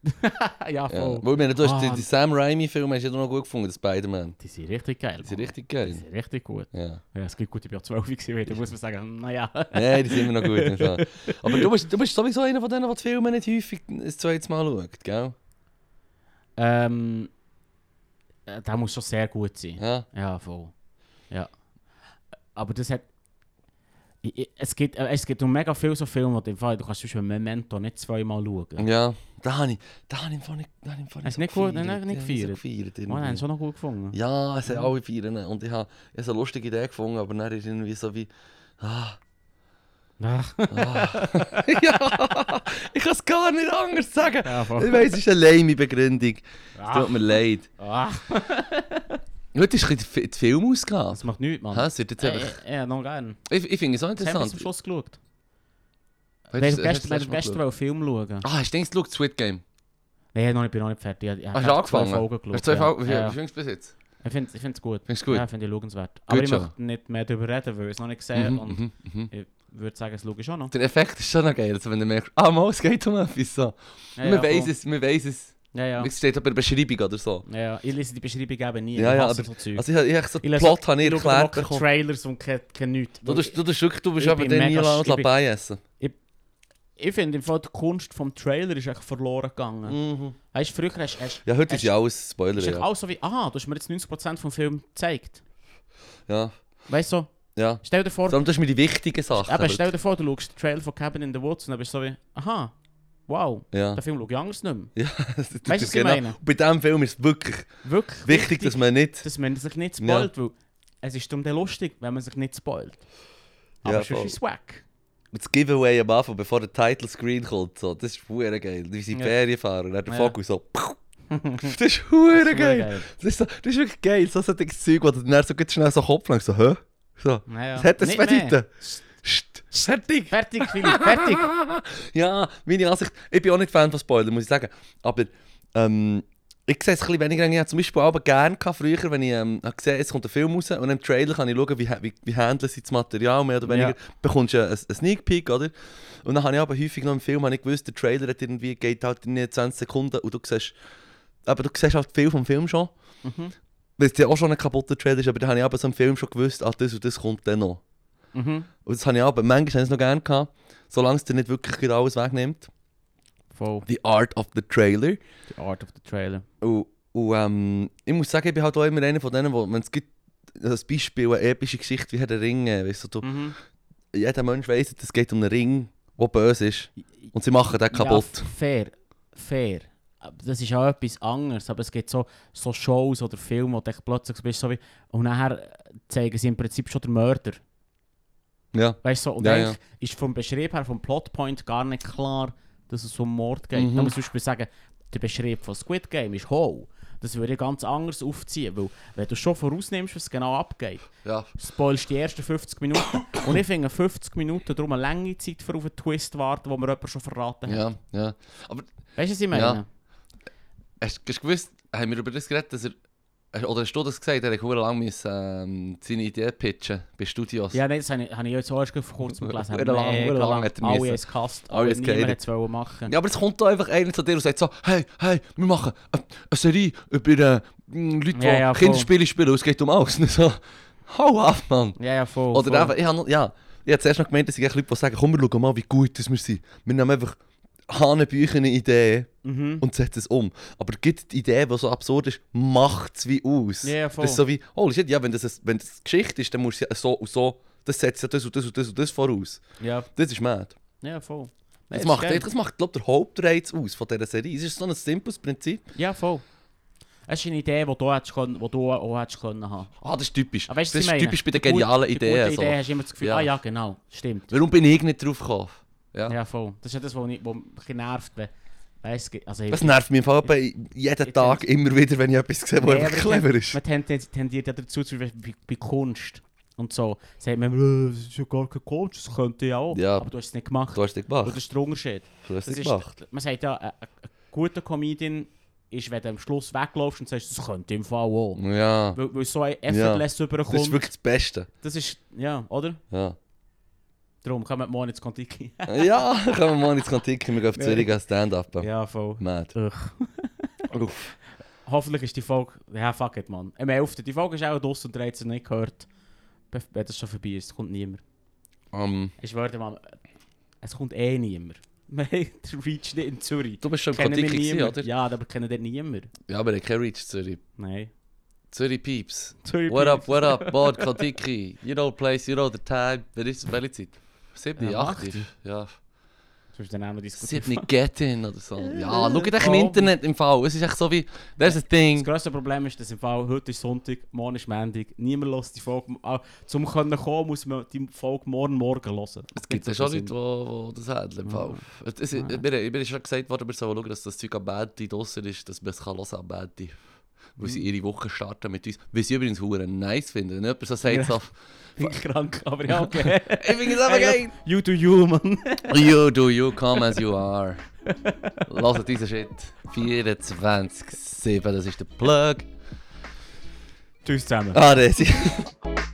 [SPEAKER 1] ja,
[SPEAKER 2] Ja.
[SPEAKER 1] voll.
[SPEAKER 2] Weil, ich meine, du hast
[SPEAKER 1] Ah.
[SPEAKER 2] die, die Sam Raimi-Filme hast du noch gut gefunden, den Spider-Man.
[SPEAKER 1] Die sind richtig geil.
[SPEAKER 2] Die sind
[SPEAKER 1] Mann.
[SPEAKER 2] richtig
[SPEAKER 1] Die
[SPEAKER 2] geil.
[SPEAKER 1] sind richtig gut.
[SPEAKER 2] Ja.
[SPEAKER 1] Ja, es gibt gute Bier 12 gewesen, da muss man sagen, naja.
[SPEAKER 2] Nein, die sind immer noch gut. im Fall. Aber du bist, du bist sowieso einer von denen, der die Filme nicht häufig ein zweites Mal schaut, gell?
[SPEAKER 1] ähm, äh, der muss schon sehr gut sein.
[SPEAKER 2] Ja.
[SPEAKER 1] Ja, voll. Ja. Aber das hat. Ich- ich- Es gibt, äh, es gibt noch mega viele so Filme, die du im Fall- du kannst zum Beispiel Memento nicht zweimal schauen. Ja.
[SPEAKER 2] Ja. Da habe ich, da habe ich im Fall nicht, da habe ich im Fall
[SPEAKER 1] Hast
[SPEAKER 2] nicht so
[SPEAKER 1] du nicht gut-
[SPEAKER 2] gefeiert.
[SPEAKER 1] nein, nicht
[SPEAKER 2] Ich habe
[SPEAKER 1] gefeiert?
[SPEAKER 2] So gefeiert
[SPEAKER 1] Oh, den haben
[SPEAKER 2] irgendwie.
[SPEAKER 1] sie auch noch gut gefunden.
[SPEAKER 2] Ja, es sind alle Vieren. Und ich habe ich hab so eine lustige Idee gefunden, aber dann ist irgendwie so wie. Ah,
[SPEAKER 1] Ach,
[SPEAKER 2] ja, ich kann es gar nicht anders sagen.
[SPEAKER 1] Ja, voll.
[SPEAKER 2] ich weiß, es ist eine lame Begründung. Es
[SPEAKER 1] Ah.
[SPEAKER 2] tut mir leid.
[SPEAKER 1] ach,
[SPEAKER 2] Heute ist ein bisschen die die Filmausgabe.
[SPEAKER 1] das macht nichts, Mann.
[SPEAKER 2] Ha, es wird jetzt
[SPEAKER 1] Äh,
[SPEAKER 2] einfach,
[SPEAKER 1] Ja, noch gerne.
[SPEAKER 2] ich ich finde es auch
[SPEAKER 1] Das haben wir zum
[SPEAKER 2] interessant.
[SPEAKER 1] Schluss geschaut.
[SPEAKER 2] Hast du-
[SPEAKER 1] Wir
[SPEAKER 2] hast
[SPEAKER 1] haben
[SPEAKER 2] du
[SPEAKER 1] gestern, wir
[SPEAKER 2] das
[SPEAKER 1] haben
[SPEAKER 2] letzte
[SPEAKER 1] gestern
[SPEAKER 2] Mal geschaut?
[SPEAKER 1] wollen Film schauen.
[SPEAKER 2] Ah, hast du denkst, du Squid Game?
[SPEAKER 1] Nein, noch nicht, bin noch nicht fertig. Ich, ich
[SPEAKER 2] Hast
[SPEAKER 1] habe
[SPEAKER 2] du
[SPEAKER 1] zwei
[SPEAKER 2] angefangen?
[SPEAKER 1] Folgen geschaut,
[SPEAKER 2] Hast du zwei
[SPEAKER 1] ja.
[SPEAKER 2] Folgen? Wie
[SPEAKER 1] Ja,
[SPEAKER 2] wie
[SPEAKER 1] ja.
[SPEAKER 2] findest du bis jetzt?
[SPEAKER 1] Ich finde es ich find's gut.
[SPEAKER 2] Findest du es
[SPEAKER 1] Ja,
[SPEAKER 2] gut?
[SPEAKER 1] ich finde es schauenswert. Aber ich
[SPEAKER 2] schon.
[SPEAKER 1] möchte nicht mehr darüber reden, weil ich es noch nicht gesehen
[SPEAKER 2] Mhm,
[SPEAKER 1] habe.
[SPEAKER 2] mhm, mhm.
[SPEAKER 1] Ich würde sagen, es schaue ich schon noch.
[SPEAKER 2] Der Effekt ist schon noch geil, also wenn du merkst, ah, mal, es geht um etwas. So.
[SPEAKER 1] Ja,
[SPEAKER 2] man
[SPEAKER 1] ja,
[SPEAKER 2] weiß
[SPEAKER 1] voll.
[SPEAKER 2] es, man weiß es.
[SPEAKER 1] Ja, ja.
[SPEAKER 2] Es steht aber in der Beschreibung oder so.
[SPEAKER 1] Ja, ja, ich lese die Beschreibung eben nie.
[SPEAKER 2] Ja,
[SPEAKER 1] ich
[SPEAKER 2] ja,
[SPEAKER 1] hasse
[SPEAKER 2] aber-
[SPEAKER 1] so Zeug.
[SPEAKER 2] Also ich, ich, ich so
[SPEAKER 1] Ich
[SPEAKER 2] den
[SPEAKER 1] lese-
[SPEAKER 2] Plot habe
[SPEAKER 1] ich
[SPEAKER 2] ich
[SPEAKER 1] schaue
[SPEAKER 2] erklärt
[SPEAKER 1] aber auch keine
[SPEAKER 2] bekommen.
[SPEAKER 1] Trailers und kein, kein nichts.
[SPEAKER 2] Du,
[SPEAKER 1] Weil
[SPEAKER 2] bist- du, bist wirklich- du bist
[SPEAKER 1] ich
[SPEAKER 2] aber
[SPEAKER 1] bin
[SPEAKER 2] den
[SPEAKER 1] mega
[SPEAKER 2] Nila
[SPEAKER 1] sch-
[SPEAKER 2] und
[SPEAKER 1] ich bin-
[SPEAKER 2] dabei essen.
[SPEAKER 1] Ich, ich finde, im Fall die Kunst vom Trailer ist echt verloren gegangen. Weißt du, früher hast du...
[SPEAKER 2] Ja, heute ist ja alles Spoiler.
[SPEAKER 1] Ist echt
[SPEAKER 2] Mhm. Ja.
[SPEAKER 1] alles so wie, aha, du hast mir jetzt 90% vom Film gezeigt.
[SPEAKER 2] ja,
[SPEAKER 1] Weißt du, so,
[SPEAKER 2] ja.
[SPEAKER 1] stell dir vor,
[SPEAKER 2] Darum tust du mir die wichtigen Sachen.
[SPEAKER 1] eben, stell dir vor, du schaust den Trailer von Cabin in the Woods und dann bist du so wie, aha, wow,
[SPEAKER 2] ja.
[SPEAKER 1] den Film schaue ich anders nicht mehr.
[SPEAKER 2] Ja, das- das-
[SPEAKER 1] was ich
[SPEAKER 2] genau.
[SPEAKER 1] meine?
[SPEAKER 2] Und Bei diesem Film ist es wirklich
[SPEAKER 1] Wirklich
[SPEAKER 2] wichtig, dass man nicht.
[SPEAKER 1] dass man sich nicht
[SPEAKER 2] Ja.
[SPEAKER 1] spoilt, weil es ist dann lustig, wenn man sich nicht spoilt. Aber
[SPEAKER 2] Ja,
[SPEAKER 1] sonst
[SPEAKER 2] voll.
[SPEAKER 1] ist es wack.
[SPEAKER 2] Das Giveaway am Anfang, bevor der Title Screen kommt. So. Das ist fuhr geil. Wie sie in die
[SPEAKER 1] Ja.
[SPEAKER 2] Ferien fahren und dann der
[SPEAKER 1] Ja.
[SPEAKER 2] Fokus so. Das ist fuhr
[SPEAKER 1] ist
[SPEAKER 2] geil.
[SPEAKER 1] geil.
[SPEAKER 2] Das, ist so, das ist wirklich geil. So ein dickes Zeug, wo du dann so ganz schnell so Kopf lang so, hä? So.
[SPEAKER 1] Naja.
[SPEAKER 2] Was hat das
[SPEAKER 1] Nicht mehr.
[SPEAKER 2] bedeutet? Sst. Fertig.
[SPEAKER 1] Fertig, Philipp, fertig.
[SPEAKER 2] Ja, meine Ansicht. Ich bin auch nicht Fan von Spoilern, muss ich sagen. Aber ähm, ich sehe es ein bisschen weniger. Ich habe zum Beispiel aber gerne gehabt, früher, wenn ich ähm, habe gesehen es kommt ein Film raus und im Trailer kann ich schauen, wie, ha- wie, wie handeln sie das Material mehr oder weniger.
[SPEAKER 1] Ja.
[SPEAKER 2] Bekommst du einen, einen Sneak Peek, oder? Und dann habe ich aber häufig noch im Film habe ich gewusst, der Trailer hat irgendwie, geht halt in 20 Sekunden und du siehst, aber du siehst halt viel vom Film schon.
[SPEAKER 1] Mhm.
[SPEAKER 2] Weil es ja auch schon ein kaputter Trailer ist, aber dann habe ich aber so im Film schon gewusst, ah, das und das kommt dann noch.
[SPEAKER 1] Mhm.
[SPEAKER 2] Und das habe ich aber manchmal habe ich es noch gerne gehabt, solange es dir nicht wirklich gerade alles wegnimmt.
[SPEAKER 1] Voll.
[SPEAKER 2] The Art of the Trailer.
[SPEAKER 1] The Art of the Trailer.
[SPEAKER 2] Und, und ähm, ich muss sagen, ich bin halt auch immer einer von denen, wo, wenn es gibt, als Beispiel eine epische Geschichte wie Herr der Ringe, weißt du, du
[SPEAKER 1] Mhm.
[SPEAKER 2] jeder Mensch weiss, es geht um einen Ring, der böse ist. Und sie machen den
[SPEAKER 1] Ja,
[SPEAKER 2] kaputt.
[SPEAKER 1] f- fair, fair. Aber Das ist auch etwas anderes, aber es gibt so, so Shows oder Filme, wo du echt plötzlich bist, so wie, und nachher zeigen sie im Prinzip schon den Mörder.
[SPEAKER 2] Ja.
[SPEAKER 1] Weißt du, so, und
[SPEAKER 2] Ja,
[SPEAKER 1] eigentlich ist vom Beschrieb her, vom Plotpoint gar nicht klar, dass es um Mord geht.
[SPEAKER 2] Mhm.
[SPEAKER 1] Man muss zum Beispiel sagen, der Beschrieb von Squid Game ist hohl. Das würde ich ganz anders aufziehen, weil wenn du schon vorausnimmst, was genau abgeht,
[SPEAKER 2] ja.
[SPEAKER 1] spoilst die ersten 50 Minuten. und ich finde 50 Minuten darum eine lange Zeit für auf einen Twist warten, wo man jemanden schon verraten hat.
[SPEAKER 2] Ja, ja. Aber
[SPEAKER 1] Weißt du, was ich meine?
[SPEAKER 2] Ja. hast hast du gewusst, haben wir über das geredet, dass er. hast- Oder hast du das gesagt, er hat verdammt lange müssen, ähm, seine Idee pitchen bei Studios?
[SPEAKER 1] Ja, nein, das habe ich, habe ich jetzt auch erst vor kurzem gelesen.
[SPEAKER 2] Verdammt lang,
[SPEAKER 1] Mega
[SPEAKER 2] verdammt lang hat er
[SPEAKER 1] Alle
[SPEAKER 2] müssen.
[SPEAKER 1] haben es gehasst,
[SPEAKER 2] Alle
[SPEAKER 1] aber
[SPEAKER 2] haben es
[SPEAKER 1] niemand
[SPEAKER 2] gehatet.
[SPEAKER 1] hat es wollen machen.
[SPEAKER 2] Ja, aber es kommt da einfach einer zu dir und sagt so, hey, hey, wir machen eine, eine Serie über äh, m, Leute, die
[SPEAKER 1] Ja, ja, voll.
[SPEAKER 2] Kinderspiele spielen und es geht um alles. Und ich so, hau ab, Mann.
[SPEAKER 1] Ja, ja, voll.
[SPEAKER 2] Oder
[SPEAKER 1] voll.
[SPEAKER 2] einfach, ich habe noch- ja, ich habe zuerst noch gemeint, dass ich echt Leute die sagen, komm, wir schauen mal, wie gut das wir sind. Wir nehmen einfach hanebüchene Ideen
[SPEAKER 1] Mhm.
[SPEAKER 2] und setzen es um. Aber gibt die Idee, die so absurd ist, macht es wie aus.
[SPEAKER 1] Ja, ja, voll.
[SPEAKER 2] Das ist so wie, oh shit, ja, wenn das, ein- wenn das Geschichte ist, dann musst du ja so und so, das setzt ja das und das und das und das voraus.
[SPEAKER 1] Ja,
[SPEAKER 2] Das ist mad.
[SPEAKER 1] ja, voll. Nein,
[SPEAKER 2] Das
[SPEAKER 1] es
[SPEAKER 2] macht,
[SPEAKER 1] ist geil.
[SPEAKER 2] das macht glaube ich, der Hauptreiz aus von dieser Serie. Es ist so ein simples Prinzip.
[SPEAKER 1] Ja, voll. Es ist eine Idee, die du, hättest können, die du auch hättest können haben.
[SPEAKER 2] Ah, das ist typisch.
[SPEAKER 1] Aber weißt, du,
[SPEAKER 2] das
[SPEAKER 1] was ich
[SPEAKER 2] ist
[SPEAKER 1] meine?
[SPEAKER 2] typisch bei den
[SPEAKER 1] Die gute-
[SPEAKER 2] genialen
[SPEAKER 1] die gute
[SPEAKER 2] Ideen. so.
[SPEAKER 1] Idee hast du immer das Gefühl,
[SPEAKER 2] Ja.
[SPEAKER 1] ah ja, genau, stimmt.
[SPEAKER 2] Warum bin ich nicht drauf gekommen? Ja.
[SPEAKER 1] Ja, voll. Das ist ja das, was mich was mich ein bisschen nervt, wenn... Weiss, also,
[SPEAKER 2] Das nervt mich im Fall etwa jeden
[SPEAKER 1] Ich
[SPEAKER 2] Tag immer wieder, wenn ich etwas sehe,
[SPEAKER 1] Nee,
[SPEAKER 2] was einfach
[SPEAKER 1] aber
[SPEAKER 2] clever
[SPEAKER 1] ten-
[SPEAKER 2] ist.
[SPEAKER 1] Man tendiert, tendiert ja dazu, zu, bei, bei Kunst und so, sagt man, «Äh, das ist ja gar keine Kunst, das könnte ja auch.
[SPEAKER 2] Ja.
[SPEAKER 1] Aber du hast es nicht gemacht.
[SPEAKER 2] Du hast dich
[SPEAKER 1] Und
[SPEAKER 2] gemacht.
[SPEAKER 1] das ist der Unterschied.
[SPEAKER 2] Du hast
[SPEAKER 1] Das
[SPEAKER 2] dich
[SPEAKER 1] ist,
[SPEAKER 2] gemacht.
[SPEAKER 1] man sagt ja, ein guter Comedian ist, wenn du am Schluss wegläufst und sagst, das könnte im Fall auch.
[SPEAKER 2] Ja.
[SPEAKER 1] Weil, weil so ein Effortless
[SPEAKER 2] Das ist
[SPEAKER 1] rüberkommt.
[SPEAKER 2] wirklich das Beste.
[SPEAKER 1] Das ist, ja, oder?
[SPEAKER 2] Ja.
[SPEAKER 1] Darum kann man morgen ins Kontiki.
[SPEAKER 2] ja, können wir mal ins Kantiken, wir gehen auf
[SPEAKER 1] Nee.
[SPEAKER 2] Zürich als Stand-Up.
[SPEAKER 1] ja, voll.
[SPEAKER 2] Mad.
[SPEAKER 1] Ugh.
[SPEAKER 2] Uff.
[SPEAKER 1] Hoffentlich ist die Folge, ja fuck it man. Am 11. Die Folge ist auch draussen und ihr habt sie nicht gehört. Be- Wenn das schon vorbei ist, kommt niemand.
[SPEAKER 2] Ähm,
[SPEAKER 1] Ich schwöre dir, Mann, es kommt eh niemand. Wir haben den Reach nicht in Zürich.
[SPEAKER 2] du bist schon im
[SPEAKER 1] Kennen wir
[SPEAKER 2] Kantiken gewesen,
[SPEAKER 1] niemand.
[SPEAKER 2] oder?
[SPEAKER 1] Ja, aber kennen den niemand.
[SPEAKER 2] Ja, aber ich kein Reach Zürich.
[SPEAKER 1] Nein.
[SPEAKER 2] Zürich Peeps.
[SPEAKER 1] Zürich
[SPEAKER 2] What
[SPEAKER 1] Beef.
[SPEAKER 2] up, what up, Bord, Kantiken. You know the place, you know the time. Wer ist welche Zeit? 7,
[SPEAKER 1] Ja,
[SPEAKER 2] 8.
[SPEAKER 1] acht.
[SPEAKER 2] Ja.
[SPEAKER 1] Sonst den Namen diskutieren.
[SPEAKER 2] 7 Gettin oder so. Ja, schau dich im
[SPEAKER 1] Oh.
[SPEAKER 2] Internet im Fall. Es ist echt so wie, there's a
[SPEAKER 1] Das
[SPEAKER 2] thing.
[SPEAKER 1] grösste Problem ist, dass im Fall heute ist Sonntag, morgen ist Montag, niemand hört die Folge. Ah, Zum können kommen, muss man die Folge morgen morgen hören.
[SPEAKER 2] Es gibt ja schon Leute, die das handeln. Ja. Es, es,
[SPEAKER 1] Ja.
[SPEAKER 2] mir, mir ist schon gesagt worden, wir sollen schauen, dass das Zeug am Montag draussen ist, dass man es kann hören am Montag Weil sie ihre Woche starten mit uns. Was ich übrigens hure nice finde. Wenn jemand so sagt,
[SPEAKER 1] Ja.
[SPEAKER 2] so,
[SPEAKER 1] Ich bin krank, aber ja, okay.
[SPEAKER 2] ich bin jetzt aber
[SPEAKER 1] Hey,
[SPEAKER 2] geil.
[SPEAKER 1] look, You do you, man.
[SPEAKER 2] You do you, come as you are. Lasst diesen Shit. 24-7, das ist der Plug.
[SPEAKER 1] Tschüss zusammen.
[SPEAKER 2] Ah, das ist...